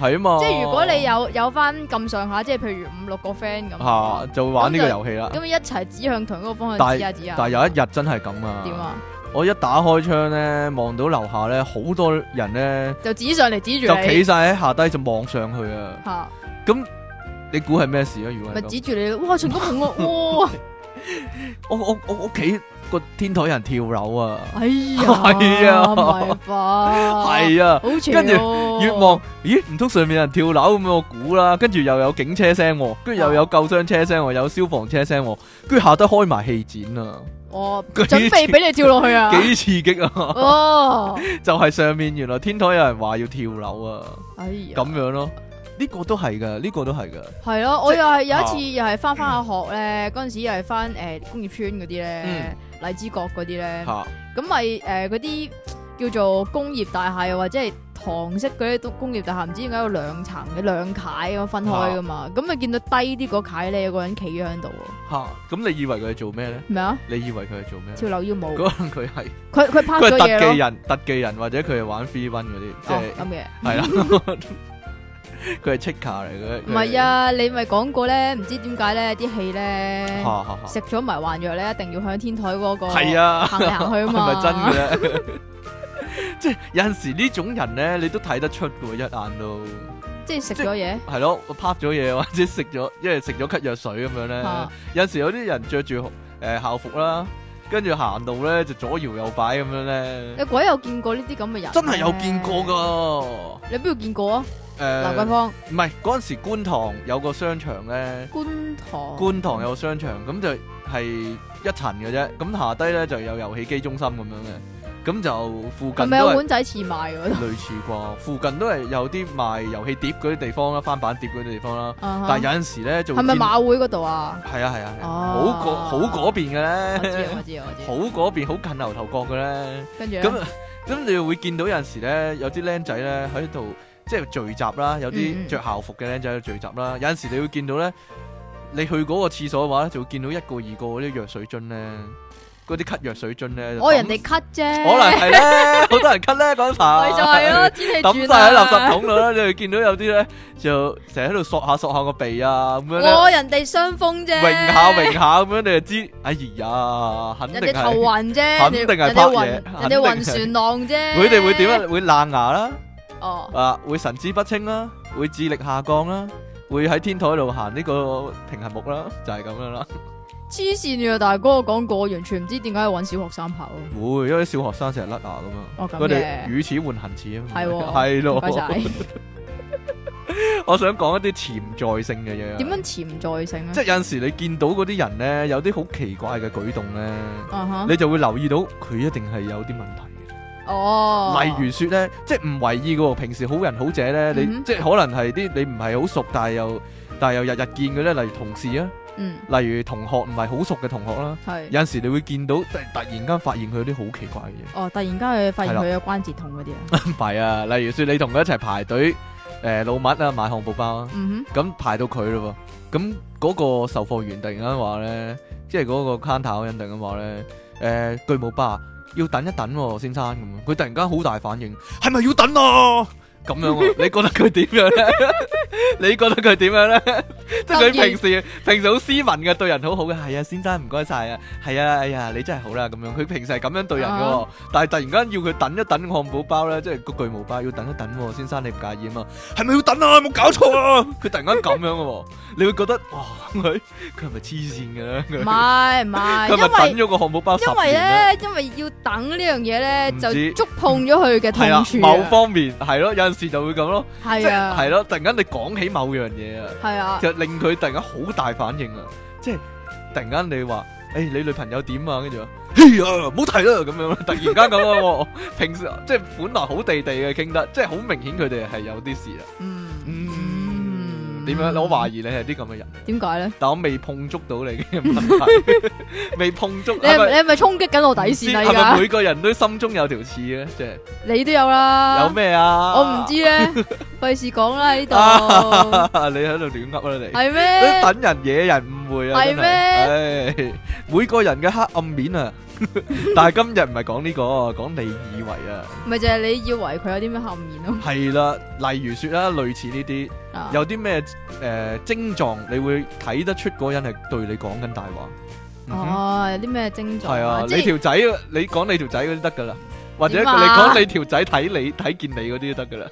係啊嘛。
即係如果你有有翻咁上下，即係譬如五六個 friend 咁，
嚇就玩呢個遊戲啦。
咁一齊指向同一個
但
方向
係
指下指下，
但係有一日真係咁
啊點
啊！
啊？
我一打開窗咧，望到樓下咧好多人咧
就指上嚟指住
就企
你
晒喺下低就望上去啊！
嚇，
你估係咩事啊？如果
咪
係咁
指住你咯。哇，秦公紅 啊！哇，
我我我屋企個天台有人跳樓啊！
哎呀，
係啊
唔係吧？
係啊！
好邪
跟住
喎
越望，咦？唔通上面有人跳樓咁？我估啦，跟住又有警車聲喎，跟住又有救傷車聲喎，有消防車聲喎，跟住下低開埋氣展啊，
哦，
幾
準備俾你跳落去啊！
幾刺激 啊！
哦，
就係上面原來天台有人話要跳樓啊，
哎呀，
咁樣咯，呢個都係噶，呢個都係噶，
係咯，我又係有一
啊
次又係翻翻下學 咧，嗰陣時又係翻誒工業村嗰啲咧
嗯，
荔枝角嗰啲咧，
吓
咁咪誒嗰啲叫做工業大廈又或者係唐式嗰啲都工業大廈，唔知點解有兩層嘅兩階咁樣分開噶嘛，咁咪見到低啲嗰階咧有個人企咗喺度喎，
吓，咁你以為佢係做咩咧？
咩啊？
你以為佢係做咩？
跳樓要舞，
可能佢係
佢佢拍
佢係
咗嘢
特技
咯，
人，特技人或者佢係玩 free run 嗰啲，即
哦
係
咁嘅。
係 啦，佢係 checker 嚟嘅，
唔
佢
係，啊，你咪講過咧，唔知點解咧啲戲咧
吓吓吓。
食咗迷幻藥咧，一定要向天台嗰個
系啊，
行嚟行去啊
係
嘛
咪真 嘅咧？即係有阵时呢種人咧，你都睇得出嘅喎，一眼都
即係食咗嘢
係咯，我拍咗嘢 或者食咗，因為食咗咳藥水咁樣咧。
嚇
有阵时有啲人着住诶校服啦，跟住行路咧就左搖右擺咁樣
你
咧，
鬼有見過呢啲咁嘅人？
真係有見過。噶。
你邊度見過啊？劉桂
诶，
芳，
唔係嗰阵时觀塘有個商場咧，
觀塘，
觀塘有個商場，咁就係一層嘅啫，咁下低咧就有遊戲機中心咁樣嘅，咁就附
係
近
咪
都
有
係
碗仔翅賣嗰度？
類似啩，附近都係有啲賣遊戲碟嗰啲地方啦，翻版碟嗰啲地方啦。但係有
係
陣時咧就會
啊係咪
見
馬會嗰度啊？
係啊係啊係啊，
哦
好嗰好嗰邊
我
嘅
知啊，
咧
我，知啊，我知
好
啊。
嗰邊好近牛頭角嘅咧。
跟住咧
咁咁你又會見到有陣時咧，有啲僆仔咧喺度即係聚集啦，有
嗯
啲
嗯
着校服嘅僆仔喺度聚集啦。有陣時你會見到咧，你去嗰個廁所嘅話咧，就會見到一個二個嗰啲藥水樽咧，嗰啲咳藥水樽咧。
我哦人哋 cut 啫，
呃可能係咧， 好多人咳咧嗰陣
咪
時。
就係 咯，天氣
抌
轉啊
晒喺垃圾
桶。
桶度啦，你會見到有啲咧就成日喺度索下索下個鼻啊咁樣啊咧，
我人哋傷風啫，
揈下揈下咁樣，你就知，哎呀，肯定
人哋頭
係
暈啫，
肯定係
人哋
拍嘢
人
肯定
哋暈，人
係
哋暈船浪啫。
佢哋會點啊？？會爛牙啦，
哦，
啊，會神志不清啦，會智力下降啦，會喺天台度行呢個平衡木啦，就係咁樣啦。
黐線啊！大哥講過，我完全唔知點解揾小學生拍咯。
會，因為啲小學生成日甩牙噶嘛，
哦咁
佢哋
嘅
乳齒換恆齒啊嘛，
係喎
係
唔該晒
咯。。我想講一啲潛在性嘅嘢啊。
點樣潛在性
即係
咧？
有陣時你見到嗰啲人咧，有啲好奇怪嘅舉動咧，
啊哈，
你就會留意到佢一定係有啲問題嘅。
哦，
例如說咧，即係唔為意嘅喎，平時好人好者咧，你、
嗯哼
即係可能係啲你唔係好熟，但係又但係又日日見嘅咧，例如同事啊，
嗯，
例如同學唔係好熟嘅同學啦，
係。
有陣時你會見到突突然間發現佢有啲好奇怪嘅嘢。
哦，突然間佢發現
係啦
佢有關節痛嗰啲啊，
唔係啊，例如說你同佢一齊排隊，誒、老麥啊買漢堡包啊。
嗯
咁排到佢咯喎，咁嗰個售貨員突然間話咧，即係嗰個 counter 嗰人突然間話咧，誒、巨無霸要等一等喎、先生咁樣，佢突然間好大反應，係咪要等啊？咁樣喎、你覺得佢點樣咧？你覺得佢點樣咧？即係佢平時平時好斯文嘅，對人好好嘅，係啊，先生唔該晒啊，係啊，哎呀，你真係好啦咁樣，佢平時係咁樣對人嘅喎、
啊
但係突然間要佢等一等漢堡包咧，即係個巨無霸要等一等喎、先生你唔介意啊嘛？係咪要等啊？有冇搞錯啊！佢突然間咁樣嘅喎，你會覺得哇，佢佢係咪黐線嘅咧？
哼，
佢
唔係唔
佢係咪
係，因為
等咗個漢堡包十
因為
年咧？
咧，因為要等呢樣嘢咧，
唔
就
知
觸碰咗 佢嘅
係啦，
痛
某
處
方面係咯，有陣時就會咁咯，
啊，
即
係
係
啊，
係咯，突然間你講起某樣嘢啊，
係啊，
就令佢突然間好大反應啊！即係突然間你話，誒、你女朋友點啊？跟住話嘿呀，唔好提啦，咁樣突然間咁樣 喎，平時即係本來好地地嘅傾得，即係好明顯佢哋係有啲事啦。
嗯，
點樣？我懷疑你係啲咁嘅人，
點解咧？
但我未碰觸到你嘅問 題，未碰觸。
你
係
係咪你
咪
係咪衝擊緊我底線啊？
係咪
而
每個人都心中有條刺咧？即係
家你都有啦，
有咩啊？
我唔知咧，費事講 啦呢度，
你喺度亂噏啦你。
係
都
咩？
等人惹人誤會啊！
係
真係？唉每個人嘅黑暗面啊！ 但係今日唔係講呢個，講你以為啊，
咪就係你以為佢有啲咩含言咯？
係啦，例如說啦，類似呢啲
啊
有啲咩誒症狀，你會睇得出嗰人係對你講緊大話。嗯哼
哦，有啲咩症狀
係啊，
即
你
係
條仔你講你條仔嗰啲得噶啦，或者你
點啊
講你條仔睇你睇見你嗰啲都得噶啦，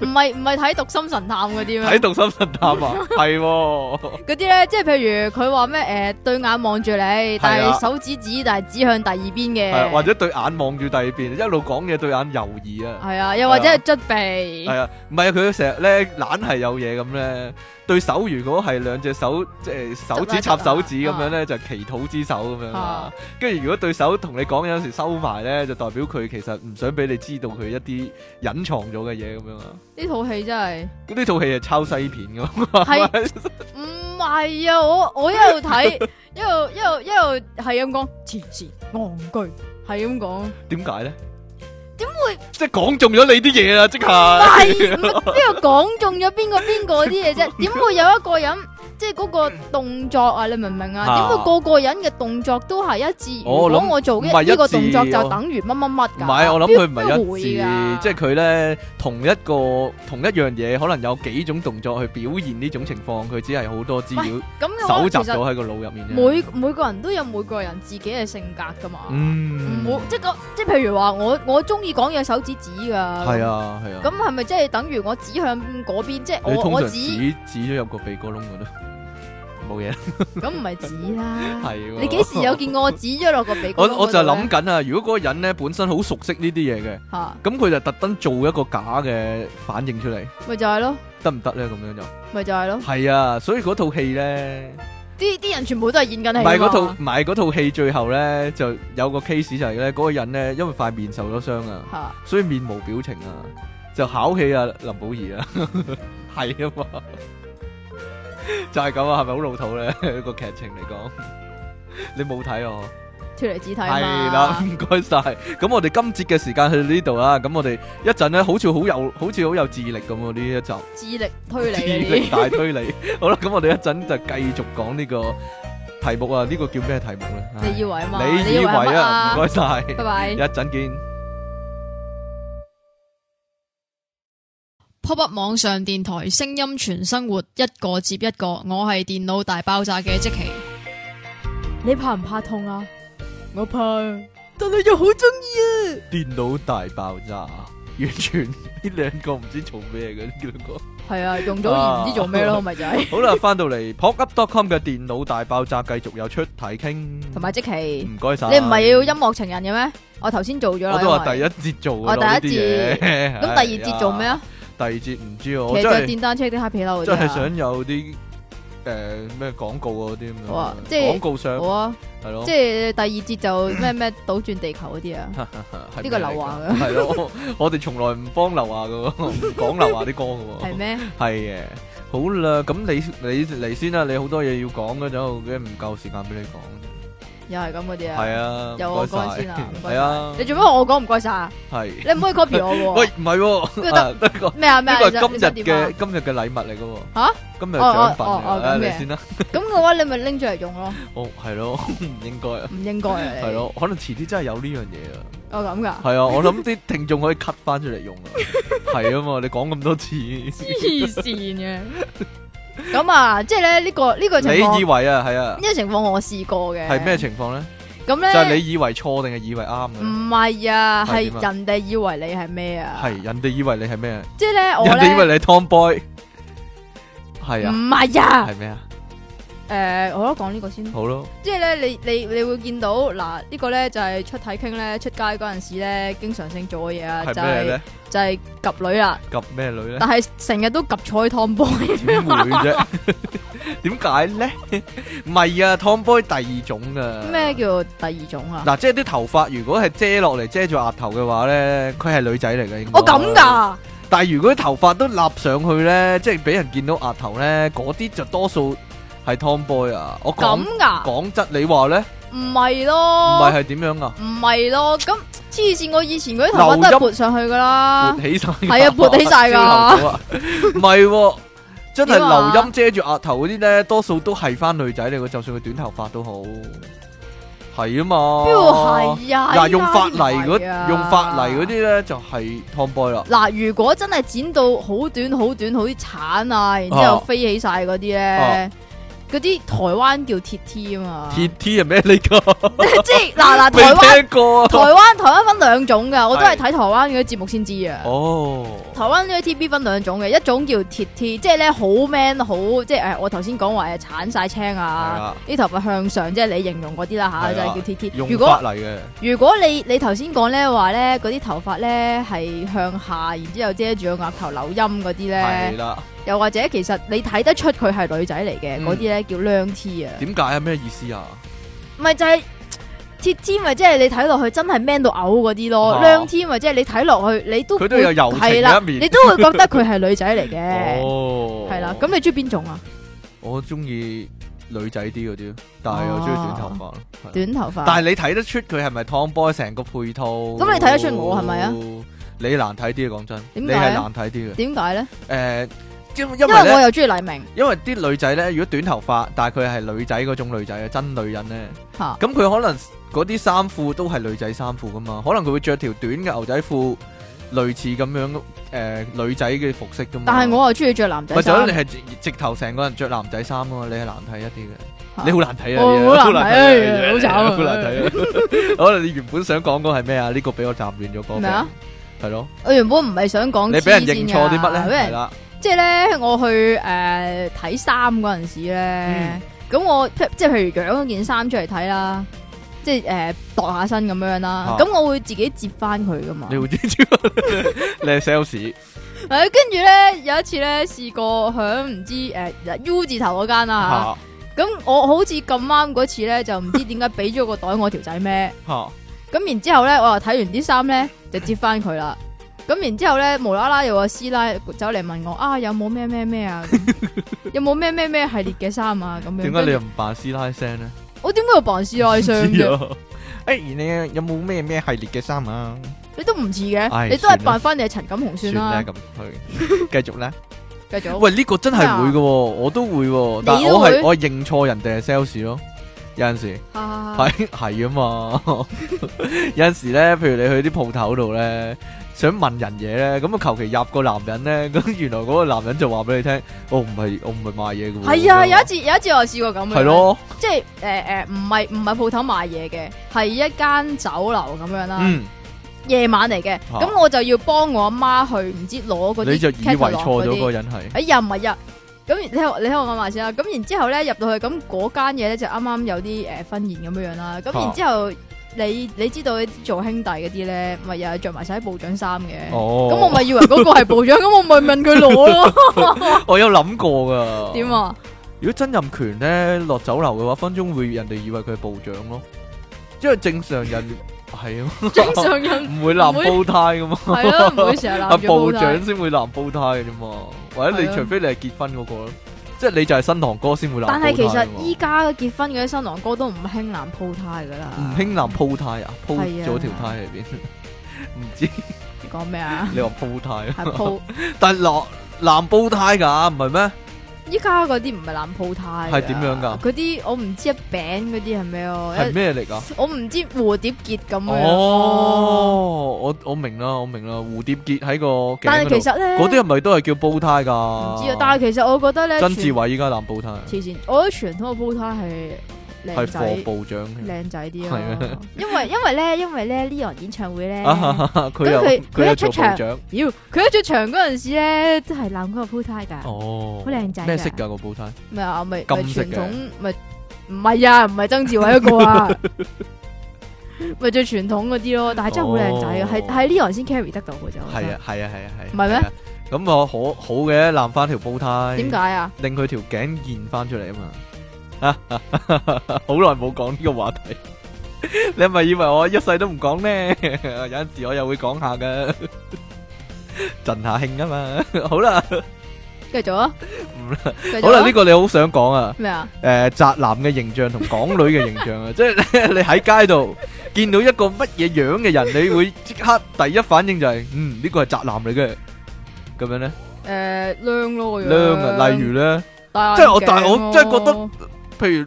唔係唔係睇讀心神探嗰啲
睇
咩？
到心神探 啊，係喎
嗰啲咧，即係譬如佢話咩诶，誒對眼望住你，但
係啊
係手指指但係指向第二邊
係啊，
嘅，
或者對眼望住第二邊，一路講嘢對眼猶豫啊。
係啊，又或者係捽鼻
系，啊，唔係啊，佢成日咧懶係有嘢咁咧，對手如果係兩隻手即係手指插手指咁樣咧，就祈禱之手咁樣啦
啊。
跟住如果對手同你講有時收埋咧，就代表佢其實唔想俾你知道佢一啲隱藏咗嘅嘢咁樣啊。
呢套戲真係。
咁呢套戲係抄西片噶，
係唔係啊！我我一路 睇，一路一路一路係咁講，前線戇居，係咁講。
點解咧？
點
会即係講中咗你啲嘢啊？即
唔
係
係邊個講中咗邊個邊個啲 嘢啫？點會有一個人即係嗰個動作啊？你明唔明啊？
啊
點會個個人嘅動作都係一致？如
我諗
果我做
唔係一致
呢個動作就等於乜乜乜㗎？
唔係，我諗佢唔係一致
邊會㗎，啊
即係佢咧同一個同一樣嘢，可能有幾種動作去表現呢種情況，佢只係好多資料
咁嘅話
搜集
其
咗
實
喺個腦入面啫。
每每個人都有每個人自己嘅性格㗎嘛。
嗯，
唔好即係個即係譬如話我我中意講嘢手指指㗎。
係啊係啊，
咁係咪即係等於我指向嗰邊？即係
你
我
通
我
常
指
指指咗入個鼻哥窿 嗰度，冇嘢啦，
咁唔係指啦。
係喎
你幾時有見過我指咗落個鼻哥窿嗰 度
我我
呢？
就諗緊啊，如果嗰個人咧本身好熟悉呢啲嘢嘅，
吓，
咁佢就特登做一個假嘅反應出嚟，
咪就係咯，
得唔得咧？咁樣就
咪就係咯。
係啊，所以嗰套戲咧。
啲啲人全部都係演緊戲㗎
唔
嘛
係嗰套，唔係嗰套戲最後咧就有個 case 就係咧，嗰個人咧因為塊面受咗傷啊，
吓，
所以面無表情啊，就考起啊林保怡啊，係啊嘛，就係咁啊，係咪好老 土咧個劇情嚟講？你冇睇我，
脱離肢體
係
嘛
啦，。唔該晒。咁我哋今節嘅時間去到呢度啦。咁我哋一陣咧，好似好有，好似好有智力咁喎呢一集。
智力推 理
智
嗰
力
啲
大推理。好啦，咁我哋一陣就繼續講呢個題目啊，呢、個叫咩題目咧？唉
你以為啊嘛？
你
你
以為
為係
啊？
乜
唔
啊？
該晒，
拜拜
一。陣見。
pop up 网上电台，声音全生活，一个接一个。我系电脑大爆炸嘅即奇。
你怕唔怕痛啊？我怕，但係又好中意
電腦大爆炸， 完全呢兩個唔知做咩嘅呢兩個。
啊。係啊，用咗而唔知做咩咯，咪就係。
好啦，翻到嚟 popup.com 嘅電腦大爆炸，繼續有出題傾。
同埋即期，
唔該晒，
你唔係要音樂情人嘅咩？我頭先做咗啦。
嗯我都話
因為
第一節做㗎
我
啦
第一
呢啲嘢
咁第二節做咩啊？？
第二節唔知啊
騎
哎我
着
真係
電單車啲黑皮褸嗰啲
真
啊
係想有啲誒咩廣告嗰啲咁
哇
樣，
即係
廣告上
好啊！
係咯
即。係第二節就咩咩倒轉地球嗰啲啊，
係
呢個
咩嚟
劉華
㗎
㗎
係咯，我哋從來唔幫劉華嘅 喎，唔講劉華啲歌嘅喎
係。咩？
係嘅，好啦，咁你你嚟先啦，你好多嘢要講嘅就，嘅唔夠時間俾你講。
又係咁嗰啲啊？
係啊，
由
唔
我
該晒
講先啊，唔該
係啊
晒，你做咩我講唔該晒啊？
係。
你唔可以 copy 我
喂
喎。，
唔係喎，
呢 個
啊呢個
咩啊咩
呢
啊？
個
你
係
想
今
你想
日
點啊
嘅？今日嘅禮物嚟嘅喎。
吓？
今日
哦
獎品
哦
嚟
哦哦
嘅，
咁嘅
你先啦。
咁嘅話你咪拎出嚟用咯，
哦，係咯，唔應該啊。
唔應該啊你。
係，咯，可能遲啲真係有呢樣嘢啊。
我咁㗎。
係啊，我諗啲聽眾可以 cut 翻出嚟用啊。係啊嘛，你講咁多次。
黐線嘅。咁啊，即係咧呢個呢個 情況，
你以
呢
為啊，係啊，
個情況我試過嘅。
係咩？情況咧？
咁
就係
咧，
你以為錯定係以為啱嘅
唔
咧？
係啊，
係點啊
係人哋以為你係咩啊？
係人哋以為你係咩？人
即係咧，我
哋以為
咧
你係 Tomboy，係啊，
唔係啊。
係咩啊？
诶，呃我都講呢個先。
好咯，
即係咧，你你你會見到嗱，呢個咧就係出體傾咧，出街嗰陣時咧，經常性做嘅嘢啊，就
係咩
係
咧？
就係及女啦，啊
及咩女咧？
但係成日都及坐喺 tomboy，
點會啫？點解咧？唔係啊，Tomboy 第二種噶。
咩叫第二種啊？
嗱，即係啲頭髮如果係遮落嚟遮住額頭嘅話咧，佢係女仔嚟嘅。應該
我哦咁。㗎，
但係如果啲頭髮都立上去咧，即係俾人見到額頭咧，嗰啲就多數係 Tomboy 啊。我講
咁㗎，
講質，你話咧？
唔係
唔
咯
係，係點樣啊？
唔係咯，咁黐線！我以前嗰啲頭髮都
留
係
音
撥上去㗎啦
撥，起晒，
係啊撥起 晒㗎
朝頭早啊唔係喎，真係
點啊
留音遮住額頭嗰啲咧，多數都係翻女仔嚟嘅，就算佢短頭髮都好，係啊嘛。
邊度係啊？
嗱，
依家
用法
邊
泥嗰
係啊
用法泥嗰啲。咧，就係 Tomboy 啦。
嗱，如果真係剪到好短、好短、好啲鏟啊，然之
啊
後飛起晒嗰啲咧
啊，
嗰啲台灣叫鐵 T 啊嘛，
鐵 T 係咩嚟噶？
即係 嗱嗱台灣
未聽過
台
啊。
灣台灣分兩種噶，我都係
係
睇台灣嗰啲節目先知啊。
哦，
台灣呢啲 TB 分兩種嘅，一種叫鐵 T，即係咧好 man 好，即係誒我頭先講話誒鏟晒青
係
啊
啊，
啲頭髮向上，即係你形容嗰啲啦
係啊
吓，就係叫鐵 T。
用
如
法
果
泥嘅，
如果你你頭先講咧話咧嗰啲頭髮咧係向下，然之後遮住個額頭扭音嗰啲咧
係。啦。
又或者其實你睇得出佢係女仔嚟嘅，
嗯
嗰啲咧叫娘 T 啊，
點解啊？咩意思啊？
唔係就係、鐵 T 咪即係你睇落去真係 man 到嘔嗰啲
啊
咯，娘 T 咪即係你睇落去你都
佢都有柔情
係啦
嘅，一面
你都會覺得佢係女仔嚟 嘅，
哦，
係啦。咁你中意邊種啊？
我中意女仔啲嗰啲，但係又中意短頭髮
哦
咯。係啊
短頭髮，
但係你睇得出佢係咪 Tomboy 成個配套？咁
你睇得出我係咪啊？
你難睇啲嘅，講真，你
點解啊
係難睇啲嘅。
點解咧？
誒，因因為
因為我
咧，
又中意黎明
因為啲女仔咧，如果短頭髮，但係佢係女仔嗰種女仔啊，真女人咧，
嚇，
咁佢可能嗰啲衫褲都係女仔衫褲噶嘛，可能佢會着條短嘅牛仔褲，類似咁樣誒女仔嘅服飾噶嘛。
但係我又中意着男仔
哦咪就係
衫
你，係直直頭成個人着男仔衫啊嘛，你係難睇一啲
嚇
嘅，你好難睇啊，
哦
你
好難睇
à,
啊好慘啊
好難睇啊！可能你原本想講嗰個係咩啊？呢個俾我站亂咗講
咩啊？
係咯，
我原本唔係想講
你俾人
黐
認
線
錯啲
㗎
乜咧？
俾人
係啦，
即系咧，我去诶睇衫嗰阵时
嗯
咧，咁、我即即係譬如养咗件衫出嚟睇啦，即系诶度下身咁样啦
啊，
咁、我會自己接翻佢噶嘛。
你會知 道你係 sales
诶，跟住咧有一次咧試過響唔知诶、呃 U 字頭嗰間啦
嚇
吓，咁、我好似咁啱嗰次咧就唔知點解俾咗個袋我條仔孭，
嚇
咁然之后咧我又睇完啲衫咧就接翻佢啦。咁然之後咧，無啦啦有個師奶走嚟問我啊，有冇咩咩咩啊？咁 有冇咩咩咩系列嘅衫啊？咁樣
點解你又唔扮師奶聲咧？
我點解要扮師奶相
知
嘅？
啊！誒，你有冇咩咩系列嘅衫啊？
你都唔似
唉
嘅，你都係
算啦
扮翻你係陳錦鴻
算
算
啦，
啦。
咁去繼續啦。
繼續，
喂，呢、個真係會嘅喎，我都會喎，但係
你都
我係
會
我係認錯人哋係 sales 咯，有陣時
係
係係啊嘛， 有陣時咧，譬如你去啲鋪頭度咧，想問人嘢咧，咁啊求其入個男人咧， 咁原來嗰個男人就話俾你聽，我唔係我唔係賣嘢嘅喎，
係啊！有一次有一次我試過咁樣，
係，咯，
即係誒誒，唔係唔係鋪頭賣嘢嘅，係一間酒樓咁樣啦，
嗯，
夜晚嚟嘅。
啊
咁我就要幫我阿媽去唔知攞嗰啲，
你就以為錯咗嗰個
個。
人係，
哎呀，唔係呀。咁你聽我你聽我講埋先啦，咁然之後咧入到去，咁嗰間嘢咧就啱啱有啲誒婚宴咁樣樣啦，咁
啊
然之後你你知道做兄弟嗰啲咧，咪又係着埋晒啲部長衫嘅，
哦，
咁我咪以為嗰個係部長，咁我咪問佢攞 咯。
我有諗過㗎，
點？啊？
如果曾蔭權咧落酒樓嘅話，分鐘會人哋以為佢係部長咯，因為正常人 係啊。
正常 人
唔會男煲胎噶嘛，
係咯，唔會成日
阿
攬住
部
煲仔
長。先會男煲胎嘅啫嘛，或者你
係啊
除非你係結婚嗰個咯，即係你就係新郎哥先會男煲
但
胎
係其
㗎
實
嘛
依家結婚嗰啲新郎哥都唔興攬鋪胎噶啦。
唔興男煲胎啊，煲
係啊
咗條胎喺邊？ 唔知
你講 咩啊？
你話煲胎啊？
係鋪，
但係男男煲胎㗎，唔係咩？
依家嗰啲唔係攬鋪胎㗎。
係點樣㗎
嗰啲我唔知一餅嗰啲係咩咯，
係
一
咩嚟㗎？
我唔知蝴蝶結咁樣。
哦，我我明啦，我明啦，蝴蝶結喺個頸
啊
嗰
但係
度
其實咧，
嗰啲係咪都係叫煲胎㗎？
唔
唔
知啊。但係其實我覺得咧，
曾志
傳
偉依家男煲胎
黐線，我覺得傳統嘅鋪胎係靚
係
仔
貨。部長嘅，
靚仔啲
係啊咩
咯，因為因為咧，因為咧呢輪演唱會 咧，
佢又
佢
佢
佢
又
一
做
出
部
場
長。
妖佢一出場嗰陣時咧，真係攬嗰個鋪胎㗎，
哦，
好靚仔㗎
咩色噶個煲呔？
咪啊咪咪
金色嘅
傳統咪唔係啊，唔係曾志偉嗰個啊，咪最傳統嗰啲咯，但係真係好靚仔
哦
啊，係係呢樣先 carry 得到嘅啫，我覺得
係啊，係啊，係啊，係啊。
唔係咩
係啊？咁我好好嘅，攬翻條煲呔。
點解啊？
令佢條頸現翻出嚟啊 嘛！好耐冇講呢個話題， 你係咪以為我一世都唔講呢？ 有陣時我又會講 下噶，振下興啊嘛！ 好啦，
繼續啊！繼續啊
好啦，呢個你好想講啊！
咩啊？
誒，宅男嘅形象同港女嘅形象啊，即 係你喺街度見到一個乜嘢樣嘅人，你會即刻第一反應就係，嗯，呢個係宅男嚟嘅，咁樣咧，
诶，靚咯個樣
靚啊！例如咧。
戴眼鏡咯，
即係我但係我真係覺譬如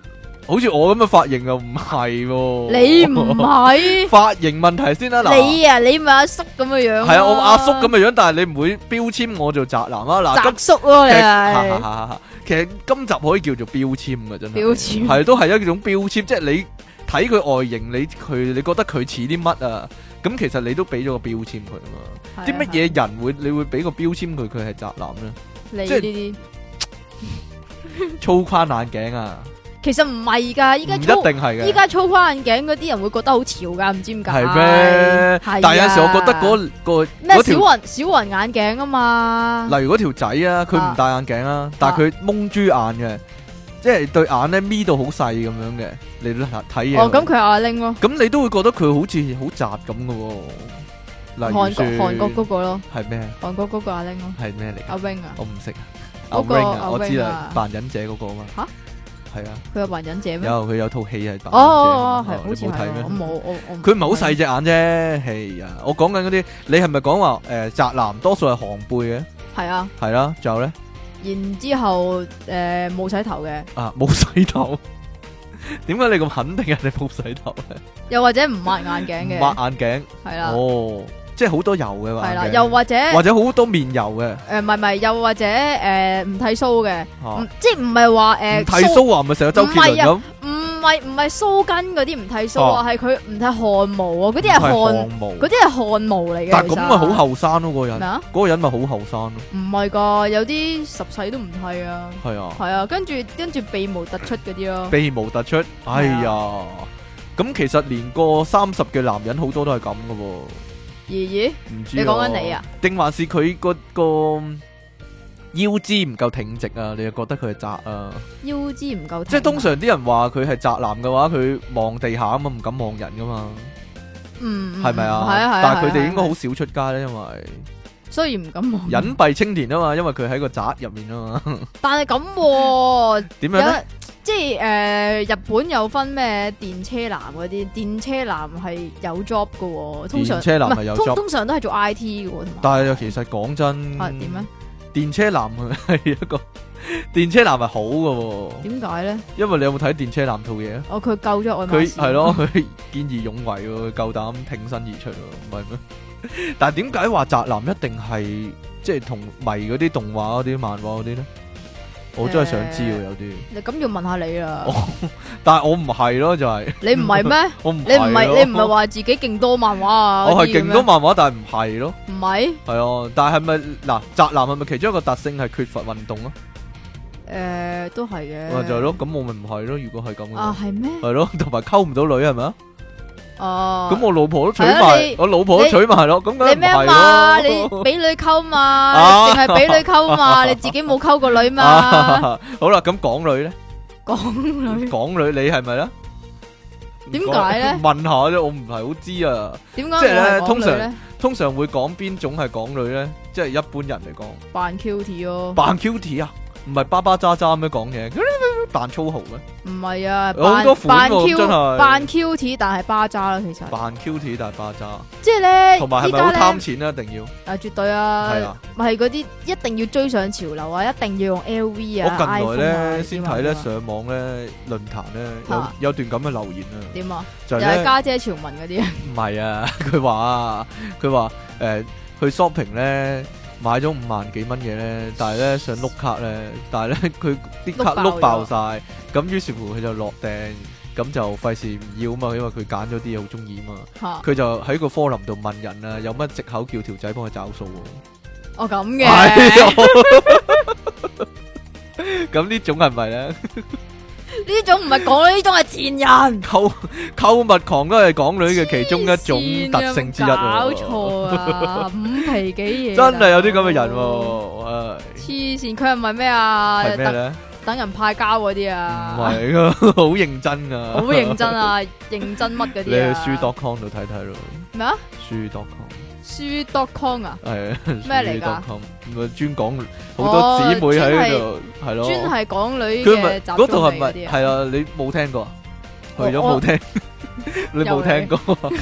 好似我咁嘅髮型又唔係喎，
你唔係
髮型問題先啦，嗱，
你啊，你咪阿叔咁嘅樣咯。
係啊，我阿叔咁嘅樣，但係你唔會標籤我做宅男啊，嗱，今
宅叔咯，你
其實
係
其實今集可以叫做標籤嘅，真係
標籤
係都係一種標籤，即係你睇佢外形，你佢你覺得佢似啲乜啊？咁其實你都俾咗個標籤佢啊嘛，
係啊
啲乜？嘢人會你會俾個標籤佢佢係宅男咧？
你
即係
呢啲
粗框眼鏡啊，
其實唔係㗎，依
唔一
家
定
粗
係嘅
依。家粗框眼鏡嗰啲人會覺得好潮㗎，唔知點解。
係咩？
係啊
但係有陣時我覺得嗰、個
咩
嗰
小
條，
雲小雲眼鏡啊嘛，
例如嗰條仔啊，佢唔戴眼鏡啦，但係佢蒙豬眼嘅，即係對眼咧眯到好細咁樣嘅，你睇嘢。
哦咁佢阿玲咯，
咁你都會覺得佢好似好窄咁嘅喎。
韓
例
國
如說
韓國嗰個咯，
係咩？
韓國嗰個阿玲咯，
係咩嚟
阿
㗎？
wing 啊，
我唔識啊。
嗰個
Ring 啊，
阿
我知
Ring
啦
啊，
扮忍者嗰個啊嘛。
吓？
係啊，
佢有患忍者咩？
有佢有套戲係扮忍者㗎
哦
嘛。
哦，係
哦
好似
你冇睇
係
咩
啊，我？冇我我
佢唔係好細隻眼啫，係啊！我講緊嗰啲，你係咪講話誒宅男多數係寒背嘅？
係啊，
係啦，仲有咧
然之後誒冇洗頭嘅，
啊冇洗頭， 點解你咁肯定人哋冇洗頭咧？
又或者唔抹眼鏡
抹
嘅，
眼鏡
係啦
哦，即係好多油嘅嘛，
係啦，
眼鏡
又或者
或
誒
者好多面油嘅，
唔係唔係，又或者誒唔剃鬚嘅，唔
嚇
即係唔係話
哦唔
誒
剃鬚啊，咪成日周杰倫咁，
唔係唔係鬚根嗰啲唔剃鬚啊，係佢唔剃汗毛啊，嗰啲係汗
汗毛，
嗰啲係汗毛嚟嘅。
但係咁
其實
咪好後生咯，嗰個
咩
人，
啊？
嗰個人咪好後生咯，
唔係㗎，有啲十世都唔剃啊。
係啊，
係啊，跟住跟住鼻毛突出嗰啲咯。
鼻毛突出，哎呀，咁其實連個三十嘅男人好多都係咁嘅喎。
咦咦，
唔知
你講緊
喎
你啊？
定還是佢個個腰肢唔夠挺直啊？你又覺得佢係窄啊？
腰肢唔夠。啊
即係通，常啲人話佢係宅男嘅話，佢望地下啊嘛，唔敢望人噶嘛，
嗯，
係咪啊？
係啊係啊。
但係佢哋應該
係啊
好，少出街咧，因為
雖然唔敢望，
隱蔽青田啊嘛，因為佢喺個宅入面啊嘛。
但係咁喎，
點樣咧？
有即係誒日本有分咩電車男嗰啲，電車男係有 job 嘅喎，通常
電車男係
唔係
有
通
job
通常都係做 IT 嘅喎，同埋
但係其實講真，
啊點咧？
電車男係一個 電車男係好嘅喎，
點解咧？
因為你有冇睇電車男套嘢啊？
哦，佢救咗我
佢係咯， 佢見義勇為喎，佢夠膽挺身而出喎，唔係咩？ 但係點解話宅男一定係即係同迷嗰啲動畫嗰啲漫畫嗰啲咧？我真係想知喎，
誒
有啲，
你咁要問下你啦，
我但係我唔係咯，就係
你唔係咩？
我哦唔
你唔
係咯
係你唔係話自己勁多漫畫啊？
我係
嗰啲嘅
勁
咩
多漫畫，但係唔係咯，
唔係
係啊，但係係咪嗱宅男係咪其中一個特性係缺乏運動啊？
誒，呃都係
咪
嘅。
哦就係咯，咁我咪唔係咯，如果係咁嘅
啊
話，，
係咩？
係咯，同埋溝唔到女係咪啊？
哦，
咁我老婆都娶
係啊
埋
你，
我老婆都
你
娶埋咯，咁梗係
你
唔
咩
係
嘛？
咯？
你俾女溝嘛？
啊
淨係俾女溝 嘛？你自己冇溝過女嘛？
啊，好啦，咁港女咧，
港女
港女你係咪咧？
點解咧
唔講問下啫，我唔係好知啊。
點解我
即係咧
係港
通
女
常
咧？
通常會講邊種係港女咧？即係一般人嚟講，
扮 cute 咯，
扮 cute 啊，唔係巴巴渣渣咩講 嘢，扮粗豪咩？
唔係啊，
有好
扮
多款
扮
喎真
cute
係
扮 cute，但係巴渣啦，其實
扮 cute 但係巴渣，
即係咧，
同埋係
依
咪好
家
貪
咧
錢咧？一定要
啊，絕對啊
係，啊！
咪係嗰啲一定要追上潮流啊，一定要用 LV 啊，
我近
iPhone 啊
來咧先睇咧
呢啲咁樣啊
上網咧論壇咧有
嚇
有段咁嘅留言啊，
點啊？
就
又
係咧
係。家姐潮文嗰啲，
唔係啊， 佢話佢話誒去 shopping 咧買咗五萬幾蚊嘢咧，但係咧想碌卡咧，但係咧 佢啲卡碌
碌
爆
爆
晒，咁於是乎佢就落訂，咁就費事唔要啊嘛，因為佢揀咗啲嘢好中意啊嘛，
吓
佢就喺個 forum 度問人啊，有乜藉口叫條仔幫佢找數喎？
哦咁
係
嘅，
啊咁呢種係咪咧？
呢種唔係講呢種係賤 人，
購購物狂都係港女嘅其中一種特性之一
黐線
啊！
搞錯 啊，五皮幾嘢，
真係有啲咁嘅人喎，唉
黐線，佢係咪咩啊？
係咩
等
咧？
等人派膠嗰啲
唔
啊，
係啊， 好認真啊！
好 認真！啊，認真乜嗰
你
啲
去
啊？
書.com 度睇睇咯，
咩啊？
書.com
書 dot com 啊，
係啊
咩嚟
書
㗎
.com 咪專講好多姊妹喺度，係咯。
專係港女
佢咪
嘅集
嗰度
中
係
地
咪
嗰啲啊。
係啊？你冇聽過啊？去
我
咗冇聽，你冇
又
聽
嚟
過 啊？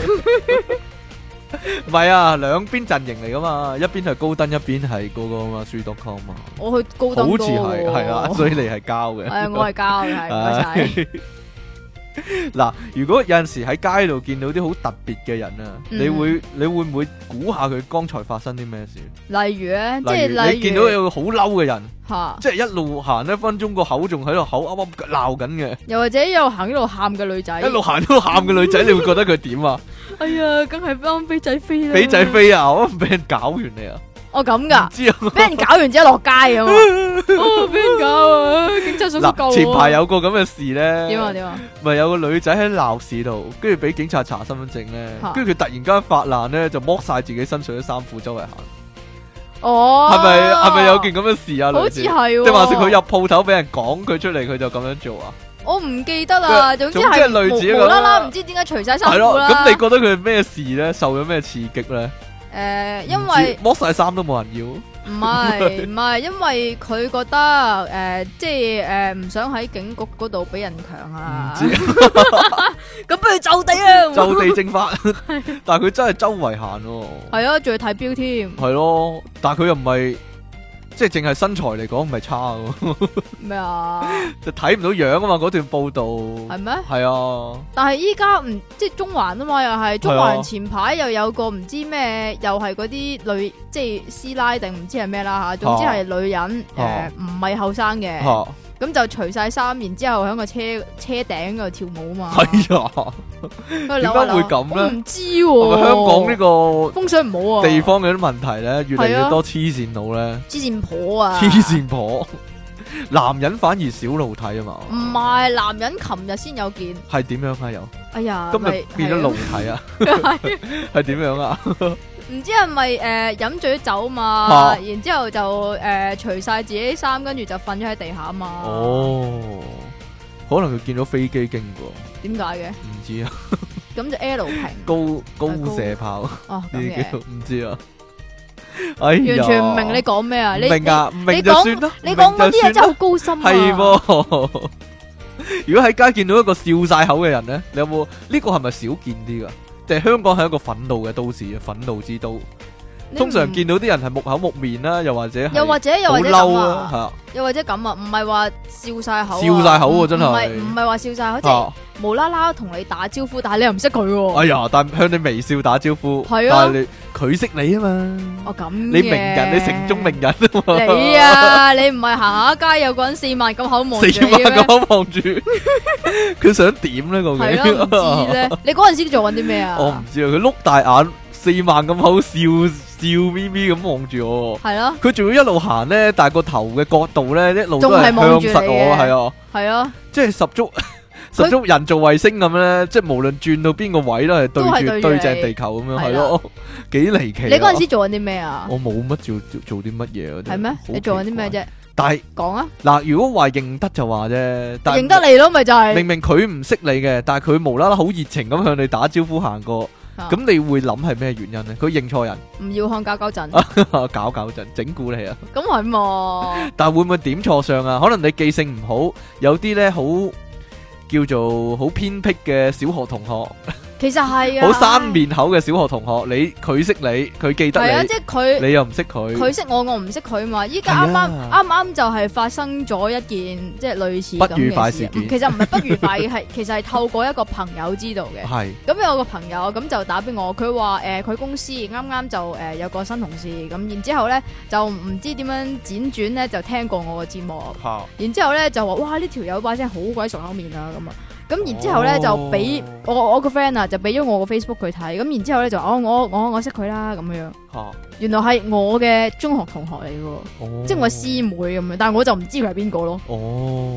唔係啊，兩邊陣營嚟噶嘛，一邊係高登，一邊係嗰個嘛，書 .com 嘛，
我去高
好
登
似係係 啦，所以你係交嘅。
誒，我係交嘅，係唔該晒。
嗱，如果有陣時喺街度見到啲好特別嘅人啊，
嗯
你會你會唔會估下佢剛才發生啲咩事？
例 如啊咧，即係
例如你見到有個好嬲嘅人，
嚇，
即係一路行一分鐘個口仲喺度口啱啱鬧緊嘅。
又或者一路行一路喊嘅女仔，
一路行一路喊嘅女仔，你會覺得佢點啊？
哎呀，梗係幫飛仔飛啦，
俾仔，飛啊！我俾人搞完你啊！
哦咁噶
唔，知啊！
俾人搞完之後落街 咁啊，哦俾人搞啊，警察叔叔救
嗱，
我，
前排有個咁嘅事咧，
點啊點啊，
咪有個女仔喺鬧市度，跟住俾警察查身份證咧
嚇，
跟住佢突然間發難咧，就剝晒自己身上啲衫褲周圍行，
哦，
係咪係咪有件？咁嘅事啊？
好
類
似
似
係喎，
定還是佢入鋪頭俾人講佢出嚟，佢就咁樣做啊？
我唔記得啦，總之
總之係類似
無
咁
無
啦
啦啦，唔知點解除晒衫
係
褲
咯，
啦。
咁你覺得佢咩事咧？受咗咩刺激咧？
誒，因為
唔知剝晒衫都冇人要。
唔 係唔係，因為佢覺得誒，即係誒，唔想喺警局嗰度俾人強
唔
啊。
知
咁不如就地啊！
就地正 法，但係佢真係周圍行喎。
係啊，仲要睇表添
系咯，但系佢又唔係，即係淨係身材嚟講唔係差嘅，
咩啊？
就睇唔到樣啊嘛。嗰段報道
係咩？
係啊，
但係依家唔即係中環啊嘛，又係中
係啊
環前排又有個唔知咩，又係嗰啲女即係師奶定唔知係咩啦吓，總
哦
之係女人
啊
誒，唔係後生嘅。
吓
咁就除晒衫，然之後喺個車車頂嗰度跳舞嘛。
係
哦
啊，
跟住
點
扭下
解
扭
會
下
咁咧
我唔知喎、
係咪香港呢
港風水唔
個
好啊？
地方有啲問題咧，越嚟越多黐線佬咧，
黐線婆啊！
黐！線婆，男人反而少露體啊嘛，
唔係男人，琴日先有件。
係點樣啊？又
哎呀，
今
咪
日變咗露體啊？ 係點樣 啊？
唔知係咪誒飲醉酒嘛？
啊
然之後就誒、呃除晒自己衫，跟住就瞓咗喺地下嘛。，
哦，可能佢見到飛機經過， 唔
點解嘅？
知啊，
咁就 L 平
高高
高
射炮。
哦，咁
呢啲叫
嘅。
唔知啊。哎呀，
完全唔明你講咩啊！你
明啊，唔明
你
就
講
算啦。
你你講嗰啲嘢真係好高深啊！
系喎。 如果喺街見到一個笑晒口嘅人咧，你有冇呢個係咪少見啲噶？定係香港係一個憤怒嘅都市啊，憤怒之都。
你
通常
唔
見到啲人係木口木面啦，又或者係
嗯又或者又
好
或者
嬲
咁啊
啊，係。啊
又或者咁啊，唔係話笑晒口啊，
笑晒口喎真係
唔係唔係話笑晒口，即係
啊。
無啦啦同你打招呼，但係你又唔識佢喎。
哎呀，但向你微笑打招呼，
係啊
但係你佢識你啊嘛，
哦咁
你
你
名人，你城中名人啊嘛。
你啊，你唔係行下街有個人四萬咁口望住
四
你
百
咩？
咁望 住，佢想點 咧？究
係啊咯，唔知
竟？
咧。你嗰陣時做緊啲咩
我唔
啊？
知啊！佢碌大眼，四萬咁口笑笑眯眯咁望住我，
係咯，
佢仲要一路行咧，但係個頭嘅角度咧，一路都係
仲係望
向
住
實
你
我，
嘅
係啊，
係啊，
即係十 足十足人造衛星咁咧，即係無論轉到邊個位都係對
都係
住
對住
對
你
正地球咁樣，係
係啦
咯， 幾離奇啊！
你嗰陣時做緊啲咩啊？
我冇乜做做做啲乜嘢啊？
係咩
好？
你做緊啲
奇怪？
咩啫？
但係
講啊，
嗱，如果話認得就話啫，但係
認得你咯，咪就係
明明佢唔識你嘅，但係佢無啦啦好熱情咁向你打招呼行過，
啊
咁、你會諗係咩原因呢？佢認錯人，
唔要看搞搞震，
啊搞搞陣，整蠱你啊！
咁係嘛？
但係會唔會點錯相啊？可能你記性唔好，有啲呢好叫做好偏僻嘅小學同學，
其實係啊，
好生面口嘅小學同學，你佢識你，佢記
係
得
啊，
你
即，係佢。
你又唔識佢，
佢識我，我唔識佢嘛。依家啱啱
係啊
啱啱就係發生咗一件即係類似咁
不愉快
嘅
事件
事，啊其實唔係不愉快嘅，係其實係透過一個朋友知道嘅。
係
咁有個朋友咁就打俾我，佢話誒佢公司啱啱就誒、呃有個新同事咁，然之後咧就唔知點樣輾轉咧就聽過我嘅節目，
嚇
然之後咧就話哇呢條友把聲好鬼熟口面啊咁啊，咁然之後咧就俾
哦
我我個 friend 啊，就俾咗我個 Facebook 佢睇，咁然之後咧就哦我我我識佢啦咁樣，
吓，
原來係我嘅中學同學嚟嘅喎，
哦
即係我師妹咁樣，但係我就唔知佢係邊個咯，
哦，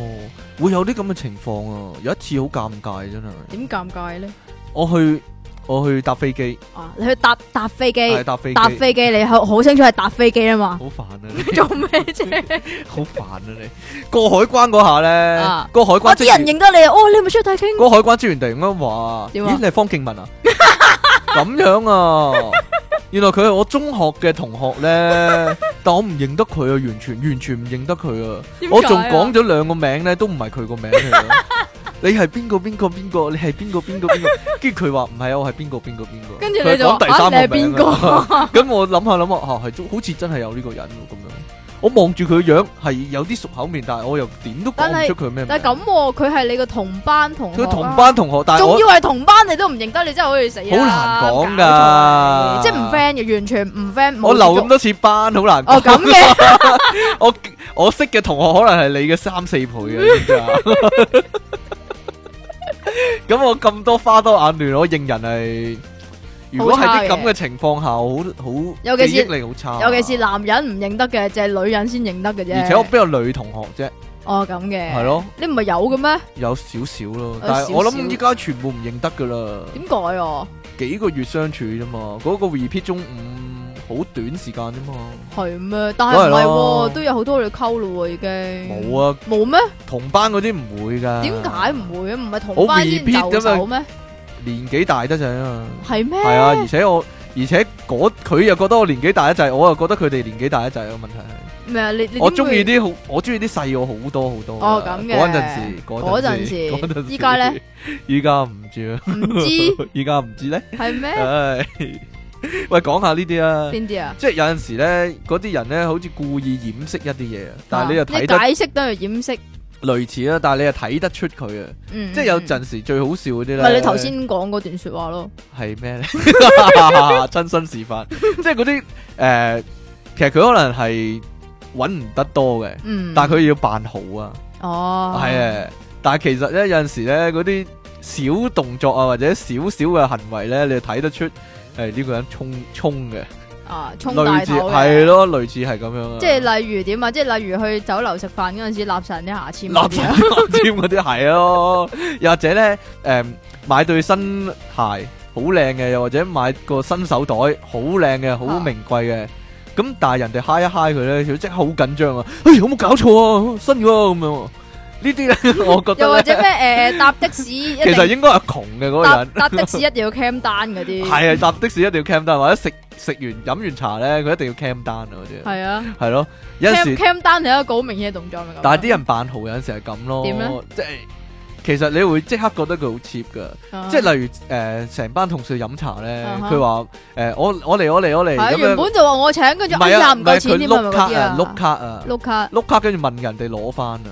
會有啲咁嘅情況啊！有一次好尷尬真係，
點尷尬咧？
我去我去搭飛機，
啊，你去搭搭飛
係
機，
啊搭飛機，
搭飛機你好好清楚係搭飛機啊嘛，
好煩啊！你
做咩啫？
好煩啊！你過海關嗰下咧
啊，
過海
我
關職
啲人
員，
認得你啊，哦你係咪出去睇傾？
過海關職員突然間話：
點啊
咦，你係方敬文啊？ 咁樣啊！原來佢係我中學嘅同學咧，但我唔認得佢啊，完全完全唔認得佢啊！我
à.
仲講咗兩個名咧，都唔係佢個名 嚟嘅。你係邊個邊個邊個？你係邊個邊個邊個？跟住佢話唔係啊，我係邊個邊個邊個。
跟住
佢
你就
講第
啊
三
你係
個
邊
名
個
啊？ 咁我諗下諗下，嚇係好似真係有呢個人喎咁樣。我望住佢樣係有啲熟口面，但係我又點都講
但係
唔出佢咩名。
但係咁喎，佢係你個同班同學啊，
佢同班同學，但係
仲
我
要係同班，你都唔認得，你真係可以死啦！
好難講㗎
搞錯你即係唔 friend 嘅，完全唔 friend 冇
我留
接觸
咁多次班，好難
哦
講。
咁嘅，
我我識嘅同學可能係你嘅三四倍啊！知唔知啊咁我咁多花多眼亂，我認人係，如果喺啲咁嘅情況下，我好好
尤其是
記憶力好差，啊
尤其是男人唔認得嘅，就係女人先認得嘅啫。
而且我邊有女同學啫，
哦咁嘅，
係，咯，
你唔係有嘅咩？
有少少咯，
有
但係
少
我
少
諗依家全部唔認得噶啦，
點改啊？
幾個月相處啫嘛，嗰個 repeat 中午好短時間啫嘛，
係咩？但係唔
梗係
係
咯
喎，都有好多女溝咯喎，已經
冇啊，
冇咩？
同班嗰啲唔會噶，
嗯點解唔會啊？唔係同班先就手咩？
年紀大得滯啊？
係咩？
係啊，而且我而且嗰佢又覺得我年紀大一滯，我又覺得佢哋年紀大一滯啊。問題係，
咩啊？你你
我
點
中
會
意啲好，我中意啲細我好多好多㗎。
哦咁嘅
嗰陣時，嗰陣時，
嗰陣時
嗰陣時
依家呢？
依家唔知啊，
唔知
依家唔知咧。
係咩？
唉， 喂，講下呢啲啊，
邊啲啊？
即係有陣時咧，嗰啲人咧，好似故意掩飾一啲嘢啊，但係你又睇得
解釋等於掩飾，
類似啦，但係你又睇得出佢啊，
嗯，
即係有
嗯
陣時最好笑嗰啲咧。
咪你頭先講嗰段说話咯，
係咩咧？ 真身示範，即係嗰啲誒，其實佢可能係揾唔得多嘅，
嗯，
但係佢要扮好啊，
哦，
係誒。但係其實咧有陣時咧嗰啲小動作啊，或者少少嘅行為咧，你就睇得出誒呢個人衝衝嘅，
啊，冲大
類似
頭嘅
係，咯，類似係咁樣啊。
即係例如點啊，即係例如去酒樓食飯嗰阵时，立神啲牙籤嗰
立
啲
尖
啊，
嗰啲係咯，又或者咧誒買對新鞋啊好靚嘅，又或者買個新手袋好靚嘅，好
啊
名貴嘅。咁但係人哋嗨一嗨佢咧，佢即刻好緊張啊！哎，有冇搞錯啊？新嘅喎咁樣喎。呢啲咧，我覺
又
得
或
咧
者咩诶搭的士一
其實
定
應該係窮嘅嗰個
搭
人。
搭的士一定要 cam 單嗰啲，
係啊，搭的士一定要 cam down，或者食食完飲完茶咧，佢一定要 cam down 啊！嗰啲
係啊
係咯，有陣時
，cam cam 單係一個好明顯嘅動作嚟㗎，
但係啲人扮豪有陣時係咁咯，
點咧
即係其實你會即刻覺得佢好 cheap 噶，
啊
即係例如誒成、班同事飲茶咧，
啊哈
佢話誒我我嚟我嚟我嚟
係啊
咁
原
樣，啊
本就話我請，跟住哎呀唔夠
佢
錢添啊，咪
碌
嗰
卡
啲
啊
啊，
碌卡啊
碌卡，
碌卡，跟住問人哋攞翻啊，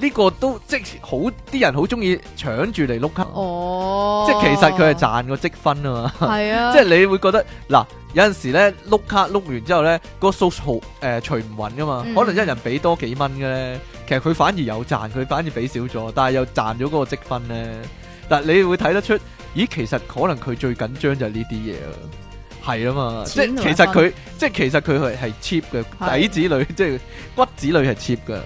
呢、個都即係好啲人好中意搶住嚟碌卡，
哦，
即係其實佢係賺個積分啊嘛。
係啊，
即係你會覺得嗱，有陣時咧碌卡碌完之後咧，個數好誒除唔穩噶嘛，
嗯
可能一人俾多幾蚊嘅咧，其實佢反而有賺，佢反而俾少咗，但係又賺咗嗰個積分咧。但係你會睇得出，咦，其實可能佢最緊張就係呢啲嘢啊，係啊嘛，即係
錢同
其
埋
實佢即係其實佢係係 cheap 嘅
係
底子裏，即係骨子裏係 cheap 嘅，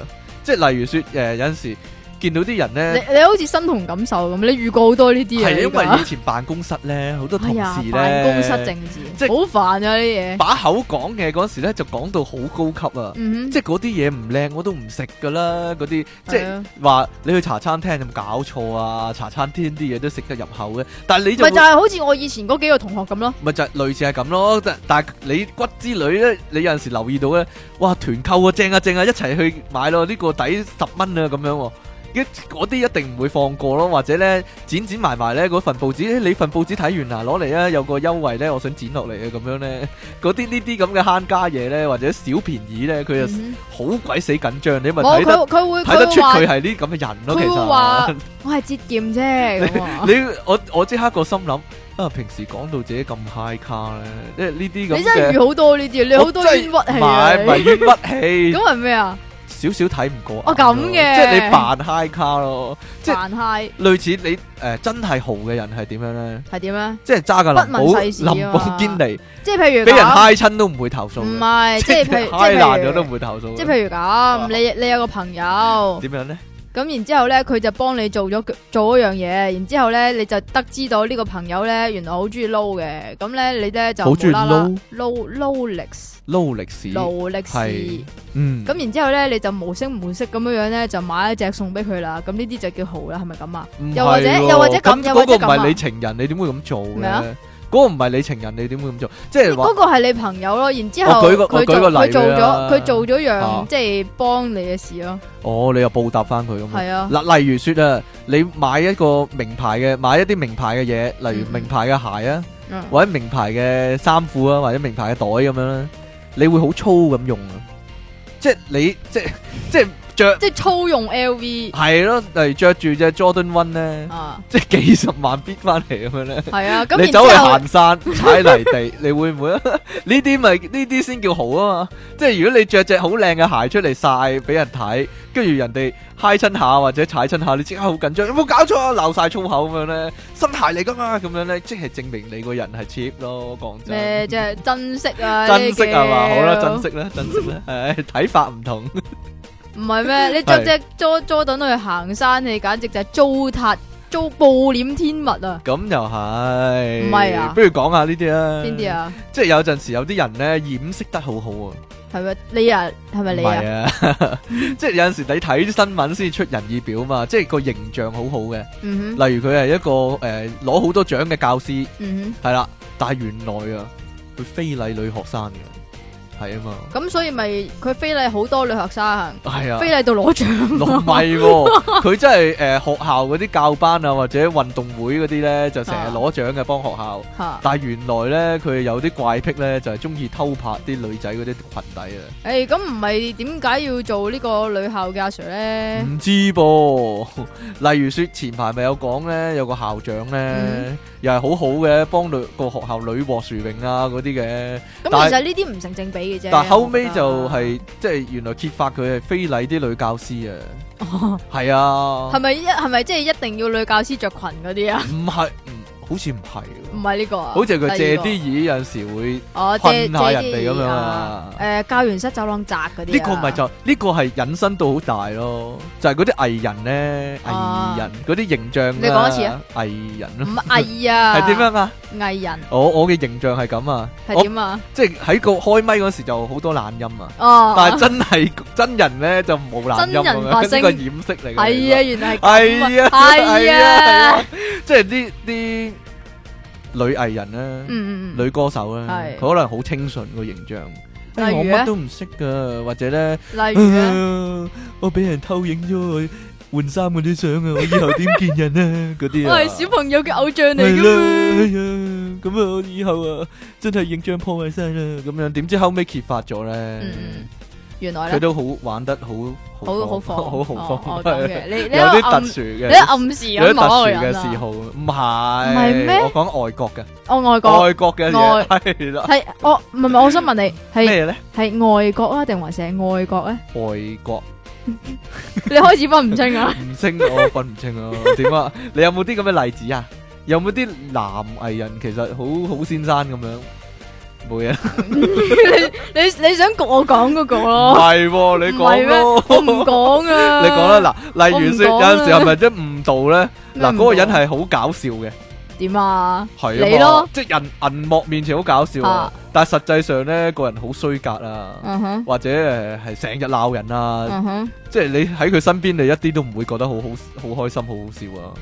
即係例如説誒、有陣時見到啲人咧。
你你好似身同感受咁，你遇過好多呢啲嘢
呃係因
㗎。
為以前辦公室咧，好多同
哎呀
事，咧，
辦公室政治，
即係
好煩啊呢啲嘢。
把口講嘅嗰時咧，就講到好高級啊！
嗯哼，
即係嗰啲嘢唔靚我都唔食噶啦，嗰啲即
係
係
啊
話你去茶餐廳有冇搞錯啊？茶餐廳啲嘢都食得入口嘅，但係你就
咪
會
就係好似我以前嗰幾個同學咁咯。
咪就係類似係咁咯。但但係你骨之女咧，你有陣時留意到咧，哇團購啊正啊正啊，一齊去買咯，呢、個抵十蚊啊咁樣喎。一嗰啲一定唔會放過咯，或者咧剪剪埋埋咧嗰份報紙，欸你份報紙睇完啦，攞嚟啊有個優惠咧，我想剪落嚟啊咁樣咧， 嗰啲呢啲咁嘅慳家嘢咧，或者小便宜咧，佢就
嗯
好鬼死緊張，你咪
哼冇
睇得
佢佢會
睇得出
佢會話
佢係呢咁嘅人咯，
佢
其
會
實。
話我係節儉啫咁啊。
你我我即刻個心諗啊，平時講到自己咁 high 卡咧，即係呢啲
你
咁
真係
嘅
遇，好多呢啲，你好多
我真
冤
唔
屈氣
係唔係
啊！
冤屈氣，
咁係咩啊？
即少少睇唔過眼
哦咁
咯
嘅
即係你扮 high 卡咯，即係
扮 high
類似你诶真係豪嘅人係點樣咧？
係點咧？
即係揸架林寶
不問世事啊
林寶堅尼，
即係 譬如
俾人
咁
high 親都唔會投訴
唔
嘅，
係，即係譬如即係
high 爛咗
譬
都
如
唔。會投訴嘅。
即係譬如咁，你你有個朋友，咁
點樣咧？
然之後咧，佢就幫你做咗做嗰樣嘢，然之後咧，你就得知到呢個朋友咧，原來好中意撈嘅，咁咧你咧就
好鍾意
無啦啦
撈
撈撈力士
撈歷史，
勞力士
係，嗯，
咁然之後咧，你就無聲無息咁樣樣咧，就買一隻送俾佢啦，咁呢啲就叫豪啦，係咪咁啊？
唔
又或者
係喎
又或者咁
咁
又或
嗰
者
個唔
咁啊
係你情人，你點會咁做
咩啊
咧？嗰個唔係你情人，你點會咁做？即係話
嗰個係你朋友咯，然之後
我舉個我
佢
舉個
做
例
佢做
啦
咗佢做咗樣
啊
即係幫你嘅事咯，
哦，你又報答翻佢咁樣。
係啊，
嗱，例如說啊，你買一個名牌嘅，買一啲名牌嘅嘢，例如
嗯
名牌嘅鞋啊，
嗯
或者名牌嘅衫褲啊，或者名牌嘅袋咁樣啦，你會好粗咁用啊，即係你即係即係着
即係操用 LV
係咯，例如着住只 Jordan One 咧，
啊，
即係幾十萬必翻嚟咁樣咧，
係啊，咁
你
然
走
之
去
後
行 山踩泥地，你會唔會啊？ 呢啲咪呢啲先叫好啊嘛，即係如果你着隻好靚嘅鞋出嚟晒俾人睇，跟住人哋嗨親下或者踩親下，你即刻好緊張，有冇搞錯啊？鬧晒粗口咁樣咧，新鞋嚟噶嘛，咁樣咧，即係證明你個人係 cheap 咯，講真。
咩呃即係珍惜啊，
珍惜係嘛？好啦，珍
惜。
惜啦，珍惜啦，唉，睇法唔同，
唔係咩？你着只 Jo Jordan 去行山，你簡直就係糟蹋、糟暴殄天物啊！
咁又係。
唔係啊
不如講下呢啲啊。
邊啲？啊？
即係有陣時有啲人咧掩飾得好好啊。
係咪你啊？係咪你啊？
唔係啊， 即係有陣時你睇新聞先出人意表嘛，即係個形象好好嘅。例如佢係一個，誒，攞好多獎嘅教師，係啦，但係原來啊，佢係一個，
嗯哼，嗯哼，咁所以咪佢非禮好多女學生，
佢非禮女學生嘅，係啊，
非禮到攞獎。
唔係喎，佢真係，誒，學校嗰啲教班啊，或者運動會嗰啲呢，就成日
啊。
攞獎嘅，幫學校。但係原來呢，佢有啲怪癖呢，就係鍾意偷拍啲女仔嗰啲裙底啊。
诶，咁唔係點解要做呢個女校嘅阿 Sir 咧？
唔知噃， 例如说前排咪有講咧，有個校長咧
嗯，
又係好好嘅，幫女個學校女獲殊榮啊嗰啲嘅，
咁
但係
其實呢啲唔成正比嘅啫。
但後尾
我覺得
就係即係原來揭發佢係非禮啲女教師啊，係
哦係
啊，
咪一係咪即係一定要女教師着裙嗰啲啊？
唔係，唔好似唔係
唔
喎，
係呢個啊？
好似係佢借
第
啲
二
椅有陣時會，
個哦，借
困
借
下人
啲
哋咁樣啊
誒，教員室走廊窄嗰啲啊。
呢個咪就呢個係引申到好大咯，就係嗰啲藝人咧，
啊
藝人嗰啲形象，
你講一次啊，
藝人咯，
唔藝啊，
係點？樣啊？
藝人
我我嘅形象係咁啊，
係
我
點啊？
即係喺個開咪嗰時就好多懶音啊，
哦，
但係真係真人咧就冇懶音咁
真人發
樣，
聲
呢個掩飾嚟嘅。
係啊，原來係
係
咁
啊，
啊，係
係
啊，
啊，即係啲啲女藝人咧，
嗯嗯嗯，
女歌手咧，
係
佢可能好清純個形象，哎
例
我
如呢
乜都唔識噶，或者咧，
例如咧，
啊我俾人偷影咗我換衫嗰啲相啊，我以後點見人啊？嗰啲
我
啊，
係小朋友嘅偶像嚟
係啦，哎
噶嘛，
呀，咁啊，我以後啊，真係影像破壞晒啦，咁樣點知後尾揭發咗咧，
嗯原來
佢
咧，
都好玩得好
好 好放，
好好
哦
放
哦，咁嘅，你你
有啲
喺度
特
暗
殊
你
嘅，
喺度暗示
有啲
緊某一
特殊
個
嘅
人
嗜
啊，
好，唔係，
唔係咩
我講外國嘅，
我外國
外國嘅
外
嘢係啦，
係我唔係唔係，我想問你係
咩咧？
係外國啊，定 還是係外國咧？
外國
你開始分唔清啊？
唔清，我分唔清啊，點啊？你有冇啲咁嘅例子啊？有冇啲男藝人其實好好先生咁樣？冇嘢，
你你想焗我講嗰個
唔
咯？
係喎，你
唔係
講
咩
咯，
我唔講啊，
你講啦，嗱，例如說
我唔講
有
啊
陣時係咪啲誤 導咧？
咩
嗱，
唔
嗰個人
講
係好搞笑嘅，
點啊？
係啊
你
嘛
咯，
即係人銀幕面前好搞笑啊
啊，
但係實際上咧個人好衰格啊，
嗯哼，
或者誒係成日鬧人啊，
嗯哼，
即係你喺佢身邊你一啲都唔會覺得好好好開心好好笑啊。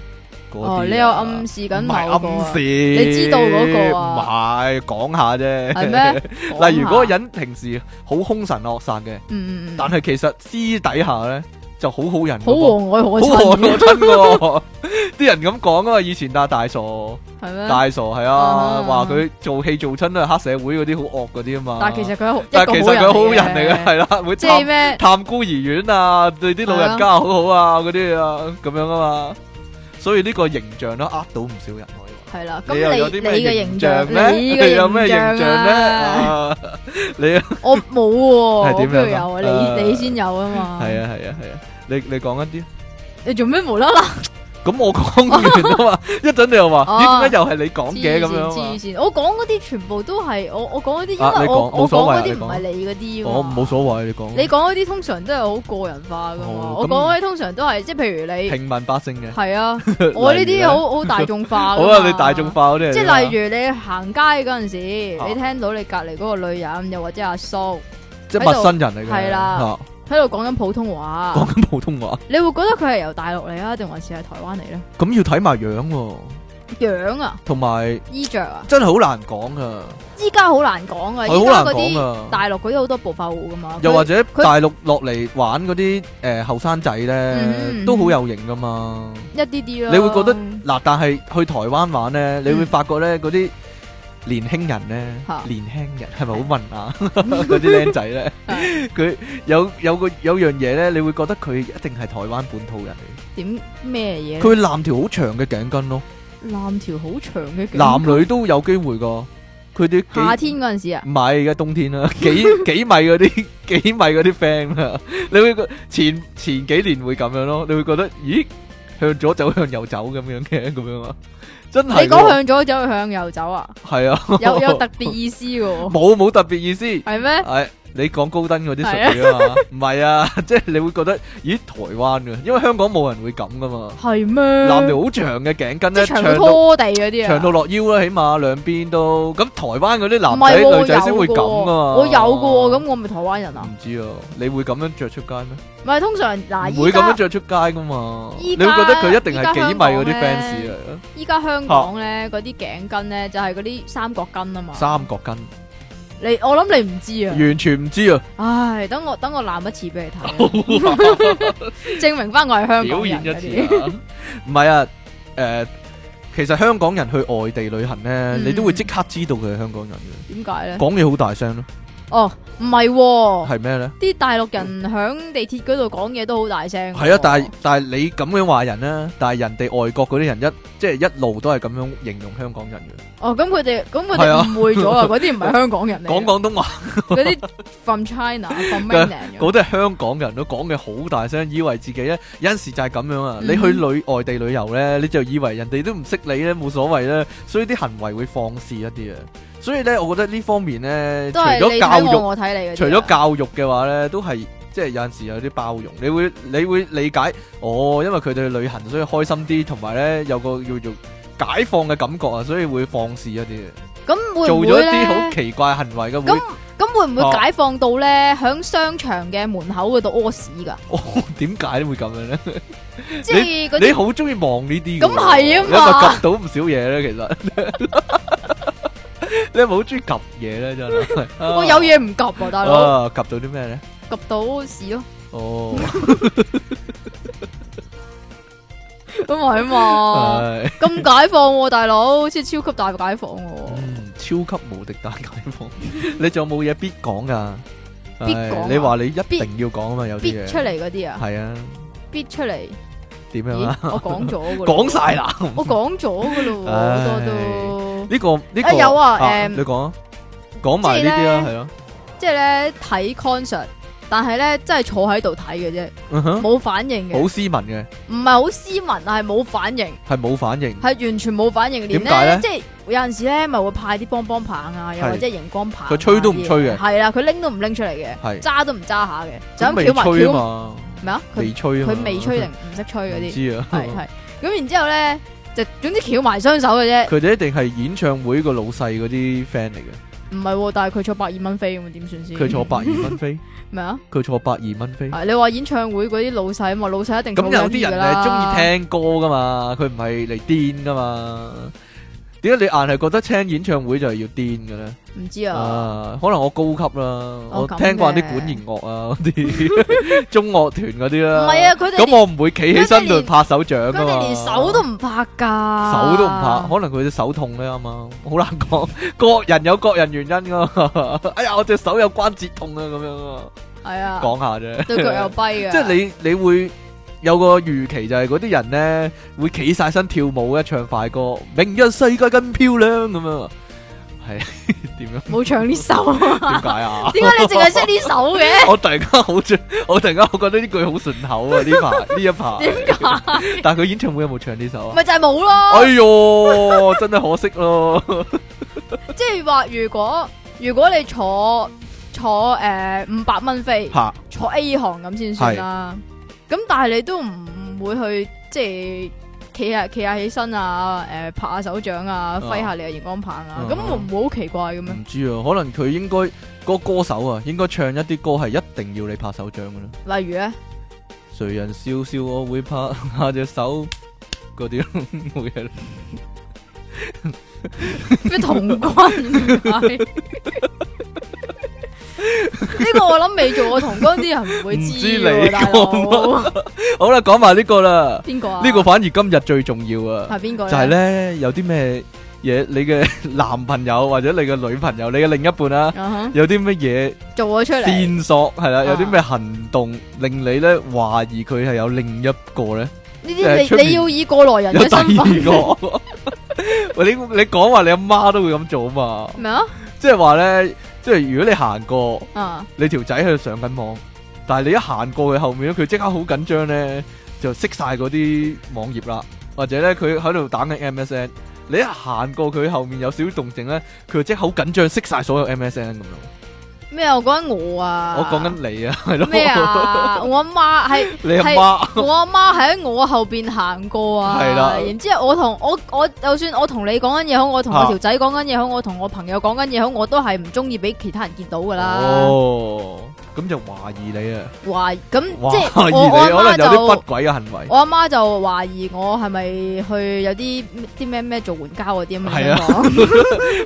嗰啲啊
哦，你又暗示緊
唔
某
係
個啊
暗示，
你知道嗰個啊
唔係講下啫，
係咩？
例如嗰個
講下，
人平時好兇神惡煞嘅，
嗯嗯嗯，
但係其實私底下咧就好好人嗰個。
好和蔼可
好
親
我真喎，啲人咁講啊嘛，以前啊大傻，
係咩？
大傻係
啊
啊，話佢做戲做親都係黑社會嗰啲好惡嗰啲啊嘛。
但係其實佢好
但係
一
其
個好
實
人
佢好人嚟嘅，
嘅，
係啦，會
即係
探
咩？
探孤兒院啊，對啲老人家 à, 好好啊，嗰啲啊咁樣啊嘛。所以呢個形象都呃到唔少人可以話。
系啦，咁
你又有啲
你
咩
你嘅
形
形象
咧？
你嘅
有咩形象咧？
啊？
啊，你啊，
我冇喎，
係點
我
樣
邊度有
啊
啊？
啊
你你先有啊嘛。
係，啊，係啊，係啊，你你講一啲。
你做咩無啦啦？
咁我講完 啊嘛，一陣你又話，
哦
咦點解又係你講嘅
黐
咁
線
樣啊
黐線！我講嗰啲全部都係我我講嗰啲，
啊
因為
你
我
講冇
我
所謂啊
講嗰啲
你
唔
講
係你嗰啲
我
嘛
冇所謂，你講。
你講嗰啲通常都係好個人化噶嘛
哦，嗯
我
咁
講嗰啲通常都係即係譬如你
平民百姓嘅。
係 啊， 我呢
例如
啲
咧
好好大眾化
好
㗎
啦，
嘛
你大眾化嗰啲。
即係例，如你行街嗰陣時，
啊
你聽到你隔離嗰個女人，又或者阿叔
即係陌生人嚟嘅。
係啦
啊，
喺度講緊普通話，
講緊普通話，
你會覺得佢係由大陸嚟啊，定還是係台灣嚟咧？
咁要睇埋樣喎，
樣啊，
同埋
衣着啊，
真係好難講噶，
依家好難講啊，
係
依
好
家
難
嗰
講
啲
噶。
大陸嗰啲好多暴發户噶嘛，
又
佢
或者
佢
大陸落嚟玩嗰啲誒後生仔咧，
嗯
都好有型噶嘛。
一啲啲啦，
你會覺得嗱，但係去台灣玩咧，你會發覺咧嗰啲年輕人咧
嚇，
年輕人係咪好文雅 嗰啲僆仔咧？佢有有個有樣嘢咧，你會覺得佢一定係台灣本土人嚟
點咩嘢
嘅，佢會攬條好長嘅頸巾咯，
攬條好長嘅頸
男女都有機會噶，佢哋幾
夏天嗰陣時啊，
唔係而家冬天啦， 幾幾米嗰啲 幾米嗰啲 friend 啦，你會覺前前幾年會咁樣咯，你會覺得咦向左走向右走咁樣嘅咁樣啊，真
你
係
講
喎
向左走向 右走啊，
係啊，
有有 特別意思嘅喎，
冇冇特別意思，係、
係咩？
你講高登嗰啲術語 啊嘛，唔係啊，即係你會覺得咦台灣嘅，因為香港冇人會咁噶嘛，
係咩？
攬條好長嘅頸巾
即
咧，
係
長
長
到
到拖地嗰啲啊，
長到落腰啦，起碼兩邊都咁台灣嗰啲
唔
男
係
仔
喎，
女仔先會
我有嘅
咁噶
喎
嘛，
我有嘅喎，咁我咪台灣人啊？
唔知啊，你會咁樣着出街咩？
唔係通常嗱，
唔會
依
咁樣
家
着出街噶嘛？你會
依
覺
家
得佢一定係幾米嗰啲
依家
fans 嚟啊？
香港依家香港咧嗰啲頸巾咧就係嗰啲三角巾啊嘛。
三角巾，
你我諗你唔知啊。
完全唔知啊！
唉，等我等我攬一次俾你 睇啊， 證明翻我係香
表
港
演
人
一
嗰
次
啲。
啊！ 唔係啊，誒，其實香港人去外地旅行咧，你都會即刻知道佢係香港人嘅，
點解咧？
講嘢好大聲咯，
哦，唔係喎，
係咩咧？
啲大陸人響地鐵嗰度講嘢都好大聲喎。
係啊，但係但係你咁樣話人咧，但係人哋外國嗰啲人一即係一路都係咁樣形容香港人嘅，
哦，咁佢哋咁佢
係啊
哋誤會 咗啊，嗰啲唔係香港人嚟
講
嘅。
廣東話。
嗰啲 from China，from mainland 嘅
嗰啲係香港人都講嘅好大聲，以為自己咧有陣時就係咁樣啊！
嗯
你去旅外地旅遊咧，你就以為人哋都唔識你咧，冇所謂咧，所以啲行為會放肆一啲啊！所以咧，我覺得呢方面咧，除
都係你
咗教
睇我，
育，
我睇你嘅。
除咗教育嘅話咧，都係即係有陣時有啲包容，你會你會理解哦，因為佢哋去旅行所以開心啲，同埋咧有個叫做解放嘅感覺啊，所以會放肆一啲嘅，
咁會
做
唔
咗
會
一啲好
咧？
奇怪行 為嘅會
咁咁會唔
啊
會解放到咧響商場嘅門口嗰度屙屎㗎？
點解會咁樣咧？
即係嗰
你
啲
好中意望呢啲嘅喎，
咁係啊嘛
你係咪及到唔少嘢咧，其實 你係咪好中意及嘢咧，真係。
我有嘢唔及啊，大佬
啊，及到啲咩咧？
及到屎咯，
哦，
咁咪啊嘛，
係
咁解放喎，大佬，即係超級大解放喎。
嗯，超級無敵大解放， 你仲有冇嘢必講噶？
必講啊
唉你話你一定要講啊嘛，有
逼
啲嘢
出嚟嗰啲啊，
係啊，
逼出嚟，
點樣
咦
啊？，
我講咗㗎，
講晒，啦，
我講咗㗎咯喎，好多都。
呢個呢
啊
個
有啊誒
你講啊，講埋
即
呢
係
啲啦，
咧
係咯，
即系咧睇 concert，但系咧真系坐喺度睇嘅啫，
嗯哼，
冇反應嘅，
好斯文嘅，
唔係好斯文，係冇反應，
係冇反應，
係完全冇反應，連
點解咧
咧即係有陣時咧咪會派啲邦邦棒啊，又
係
或者熒光棒啊，
佢吹都唔吹嘅
系啦，佢拎都唔拎出嚟嘅，
係
揸都唔揸下嘅，就
咁
咁
未
翹埋
吹啊
翹
嘛。
咩啊？
未
佢
吹啊嘛，
佢未吹 定唔識吹嗰
唔
啲，
知啊，
係係咁，然之后咧就總之翹埋雙手嘅啫，
佢哋一定係演唱會個老細嗰啲 friend 嚟嘅，
唔係喎，但係佢坐百二蚊飛咁點算先？
佢坐百二蚊飛，
咩啊？
佢坐百二蚊飛。
啊你話演唱會嗰啲老細啊嘛，老細一定
咁有啲人係
中
中意聽歌噶嘛，佢唔係嚟癲噶嘛。點解你硬係覺得聽演唱會就係要癲嘅咧？
聽，唔知啊。
啊，可能我高級啦，我
咁
聽慣啲
嘅
管弦 樂啊，嗰啲中樂團嗰啲啦。
唔係啊，佢哋
咁我唔會企起身
佢哋
度
連
拍手掌㗎
連佢
嘛
哋連 手都唔拍噶，
手都唔
à.
拍，可能佢隻手痛咧啱啱，好難講。各人有各人原因 噶。哎呀，我隻手有關節痛啊，咁樣啊，
係啊，
講下啫。
啊對腳又跛嘅，
即係你你會有個預期就係嗰啲人咧會企晒身跳舞嘅，唱快歌，明日世界更漂亮咁樣啊，係 點 樣？
冇唱呢首 啊？
點解啊？
點解你淨係識呢首 嘅？
我突然間好中，我突然間我覺得呢句好順口啊！呢 排呢一排，
點 解？
但係佢演唱會有冇唱呢首啊？
咪就係冇咯，
哎哟，真係可惜咯。
即係話如果如果你坐坐诶五百蚊飛，
吓，
坐 A 行咁先算啦。咁但係你都唔會去即係企下企下起身啊，诶、拍下手掌啊，揮下你嘅熒光棒啊，咁
嗯
會唔會好奇怪嘅咩？
唔知啊，可能佢應該嗰個歌手啊，應該唱一啲歌係一定要你拍手掌噶啦。
例如咧，
誰人笑笑我會拍下隻手嗰啲咯，冇嘢啦。
咩童 軍？呢個我諗未做過童軍啲人唔會
唔
知
知你
喎，大佬
講好啦，講埋呢個啦，
邊個啊？
呢個反而今日最重要啊，
係邊個
就
呢
係咧有啲咩嘢，你嘅 男朋友或者你嘅女朋友，你嘅另一半啊，
啊哈
有啲乜嘢？
做咗出嚟，
線索係啦，有啲
啊
咩行動令你咧懷疑佢係有另一個咧？
呢
誒出
啲你
面
你要以過來人
有
嘅
第
身份
二個。 喂，你你講話你阿媽都會咁做啊嘛？
咩啊？
即係話咧，即係如果你行過，
啊，
你條仔喺度上緊網，但係你一行過佢後面咧，佢即刻好緊張咧，就熄晒嗰啲網頁啦，或者咧佢喺度打緊 MSN。你一行過佢後面有少少動靜咧，佢就即刻好緊張，熄晒所有 MSN 咁樣。
咩啊？我講緊我啊，
我講緊你啊， 係咯。
咩？啊？我阿 媽係
你阿媽。
我阿媽喺我後邊行過啊，
係啦
然之後我同我我就算我同你講緊嘢好，我同
啊
我條仔講緊嘢好，我同我朋友講緊嘢好，我都係唔中意俾其他人見到噶啦。
哦，咁就懷疑你啊，
懷咁即
懷
係
疑
我我阿
你可
媽
能有啲
就
不軌嘅行為。
我阿媽就懷疑我係咪去有啲啲咩咩做援交嗰啲咁嘅
係啊
情 況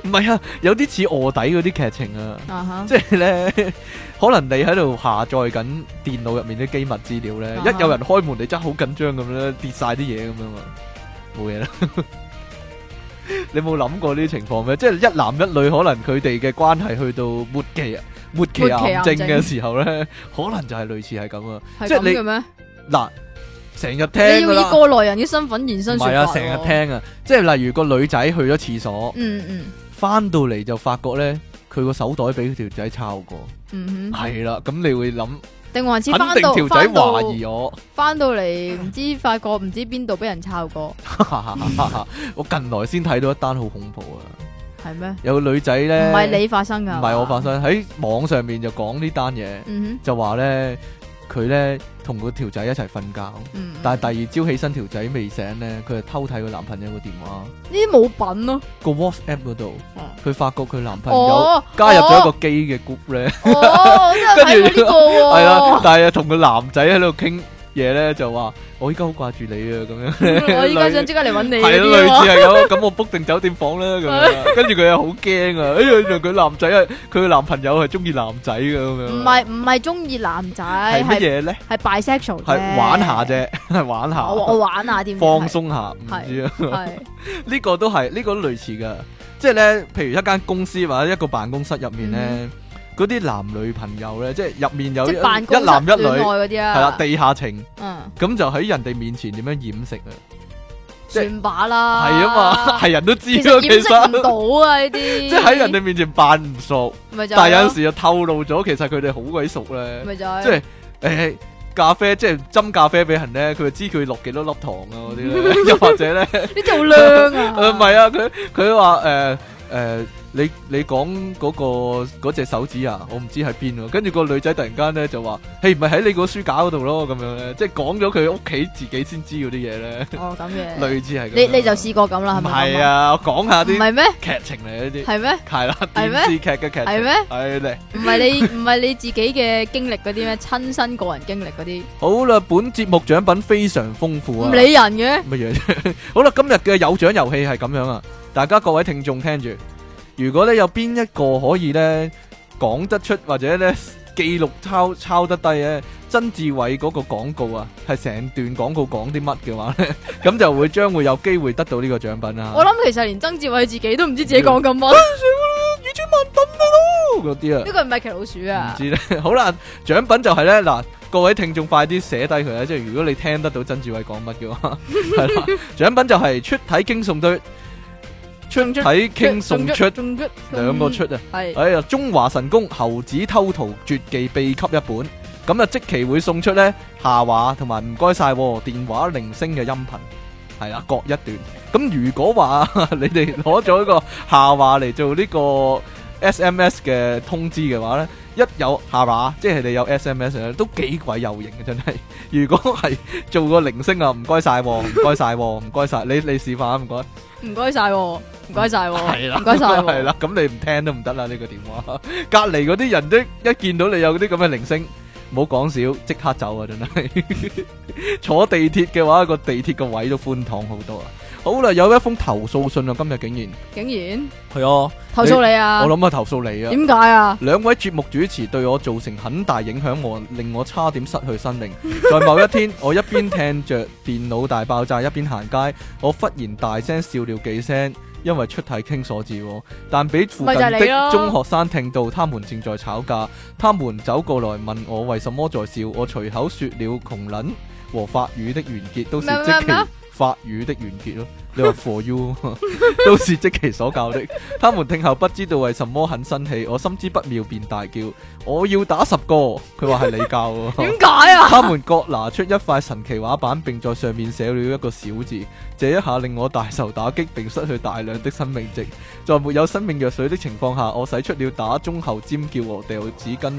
唔係啊，有啲似臥底嗰啲劇情啊，
啊 哈
即係咧，可能你喺度下載緊電腦入面啲機密資料咧，
啊
一有人開門，你真係好緊張咁咧，跌晒啲嘢咁樣嘛，冇嘢啦。 你冇諗過呢啲情況咩？即係一男一女，可能佢哋嘅關係去到末期啊，末期
末期
癌
癌
症
症
嘅時候咧，可能就係類似係咁啊。
係
即係
咁
你
嘅咩？
嗱，成日
你
聽㗎
要以
啦。
過來人嘅身份現
唔
身說
係
法
啊，
喎
成日。聽啊，即係例如個女仔去咗廁所，
嗯嗯
翻到嚟就發覺咧，佢個手袋俾條仔抄過，
嗯哼，
係啦，咁你會諗，
定還是
肯
翻
定
到
條仔
翻到
懷疑我，
翻到嚟，唔知發覺唔知邊度俾人抄過，
我近來先睇到一單好恐怖啊，
係咩？
有個女仔
唔
咧，
係你發啊生㗎，
唔係我發。生喺網上面就講呢單嘢，
嗯
就話咧佢咧同個條仔一齊瞓覺，
哼，嗯，
但係第二朝起身條仔未醒咧，佢就偷睇佢男朋友個電話，
呢啲冇品咯。
個 WhatsApp 嗰度
哦，
佢發覺佢男朋友。
哦，
加入咗一個基嘅 group 咧，
一個，哦，我真係睇過呢個 喎。
係啦，但係同個男仔喺度傾嘢咧，就話我依家好掛住你啊，咁樣
我依家想
類
即刻嚟揾你
係
嗰
咯，
啲
類
喎
似係咁，咁我 book 定酒店房啦，咁
Ừ.
樣，跟住佢又好驚啊，哎呀，原來佢男仔啊，佢個男朋友係中意男仔嘅咁樣，
唔係唔係中意男仔，
係乜
係
嘢咧？
係 bisexual
係
啫
玩下。 啫，係玩下，
我我玩下添，
放鬆下，唔
係
知啊。
係
呢個都係呢、個都類似噶，即係咧，譬如一間公司或者一個辦公室入面咧，嗰啲、男女朋友咧，即係入面有
即
一
係辦公
一
室
男一
戀
女，
愛嗰啲啊。
係啦，地下情，
嗯，
咁就喺人哋面前點樣掩飾啊？即係
算把啦。
係啊嘛，係人都知
其
啊，
實
其
掩飾唔
實。
到啊呢啲。
即係喺人哋面前扮唔熟，
咪就係咯
但係有陣時就透露咗，其實佢哋好鬼熟咧。
咪就係
即係诶、誒咖啡即係斟咖啡俾人咧，佢就知佢落幾多粒糖啊嗰啲 咧， 又或者咧。
呢啲好 靚啊！
诶，唔係啊，佢佢话诶诶，你你讲嗰、個嗰隻手指啊，我唔知喺邊喎。跟住個女仔突然間咧就話：，嘿，唔係喺你個書架嗰度咯，咁樣咧，即係講咗佢屋企自己先知嗰啲嘢咧，
哦咁嘅，
類似係咁樣。
你你就試過咁啦，係
唔
咪？
係，啊？我講下
唔
啲
係咩？
劇情嚟呢啲，
係咩？
係啦，
係咩
電視劇嘅劇情
係咩？
係嚟。
唔係你 唔係你自己嘅經歷嗰啲咩？親身個人經歷嗰啲，
好啦，本節目獎品非常豐富
唔
啊！
理人嘅。
乜嘢啫？ 好啦，今日嘅有獎遊戲係咁樣啊！大家各位聽眾聽住，如果咧有邊一個可以咧講得出或者咧記錄抄抄得低咧，曾志偉嗰個廣告啊，係成段廣告講啲乜嘅話咧， 咁就會將會有機會得到呢個獎品啦。
我諗其實連曾志偉自己都唔知自己講緊乜，
二千萬等啦，嗰啲啊
呢。個唔係騎老鼠
唔！
啊
知咧。好啦，獎品就係咧嗱，各位聽眾快啲寫低佢啊啦，即係如果你聽得到曾志偉講乜嘅 話，係啦，獎品就係出體傾送對，出體傾送出
中出嗯
兩個出啊！
係
哎呀，中華神功猴子偷桃絕技秘笈一本，咁啊即期會送出呢下話同埋唔該晒喎電話鈴聲嘅音頻，係啦各一段。咁如果話 你哋攞咗一個下話嚟做呢個 SMS 嘅通知嘅話呢，一有下話，即係你有 SMS 呢都幾鬼有型嘅真係。如果係做個鈴聲啊，唔該晒喎，唔該晒喎，唔該晒，你你示範啊，唔該。
唔該晒喎，唔該晒喎，
係啦，
唔該晒喎，
係啦，咁你唔聽都唔得啦呢個電話。 隔離嗰啲人都一見到你有啲咁嘅鈴聲，唔好講少，即刻走啊！真係 坐地鐵嘅話，個地鐵個位都寬敞好多啊。好啦，有一封投訴信啊，今日竟然
竟然
係啊，
投訴你啊
我？諗係投訴你啊。
點解啊？
兩位節目主持對我造成很大影響，我令我差點失去生命。 在某一天，我一邊聽着電腦大爆炸，一邊行街，我忽然大聲笑了幾聲，因為出體傾所致喎。但俾附近
咪就係你
的
咯
中學生聽到，他們正在吵架，他們走過來問我為什麼在笑，我隨口說了窮撚和法語的完結，都是
咩咩
即其
咩
法語的完結咯。你話 for you，都 是即其所教的。他們聽後不知道為什麼很生氣，我心知不妙便大叫：我要打十個！佢話係你教喎。
點 解啊？
他們各拿出一塊神奇畫板，並在上面寫了一個小字。這一下令我大受打擊，並失去大量的生命值。在沒有生命藥水的情況下，我使出了打中後尖叫和掉紙巾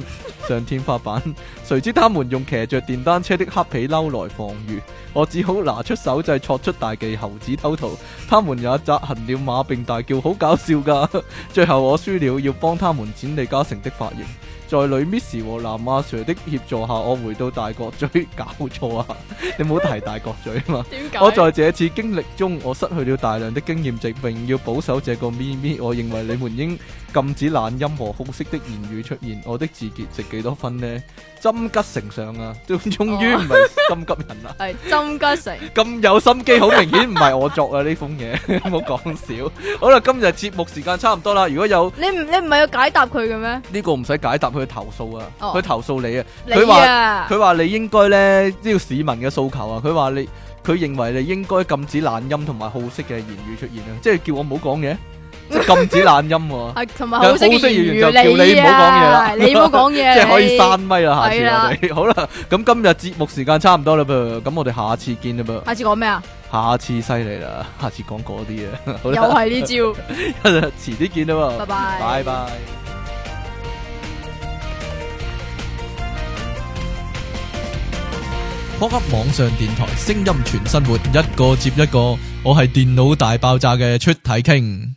上天花板。誰知他們用騎着電單車的黑皮褸來防禦，我只好拿出手掣戳出大技猴子偷桃。他們也扎行了馬並大叫，好搞笑噶！最後我輸了，要幫他們剪李嘉誠的髮型。在女 Miss 和男阿 Sir 的協助下，我回到大角咀，搞錯啊！ 你唔好提大角咀啊嘛。
點解？
我在這次經歷中，我失去了大量的經驗值，並要保守這個咪咪。我認為你們應禁止懶音和好色的言語出現。我的字結值幾多分呢？針吉成上啊， 都終於唔係心急人啦。
係針吉成。
咁有心機，好明顯唔係我作啊！呢封嘢， 唔好講笑。好啦，今日節目時間差唔多啦。如果有
你唔你唔係要解答佢嘅咩？
呢個唔使解答，佢投訴啊，
哦
佢投訴你啊。佢
你啊，
佢話你應該咧呢個市民嘅訴求啊，佢話你佢認為你應該禁止懶音同埋好色嘅言語出現啊，即係叫我唔好講 嘢，即係禁止懶音喎，
係同埋好識
好色
嘅
言
言
語就叫
語，
你唔好講嘢啦
啊，你唔好講 嘢，
即係可
你
以閂咪啦，下次
係啦
我哋 好啦，咁今日節目時間差唔多啦噃，咁我哋下次見啦噃，
下次講咩啊？
下次犀利啦，下次講嗰啲啊， 好
又
啦，
係呢招，
遲啲見啦
拜
喎，
拜。
拜拜。波及網上電台，聲音全生活，一個接一個。我係電腦大爆炸嘅出體傾。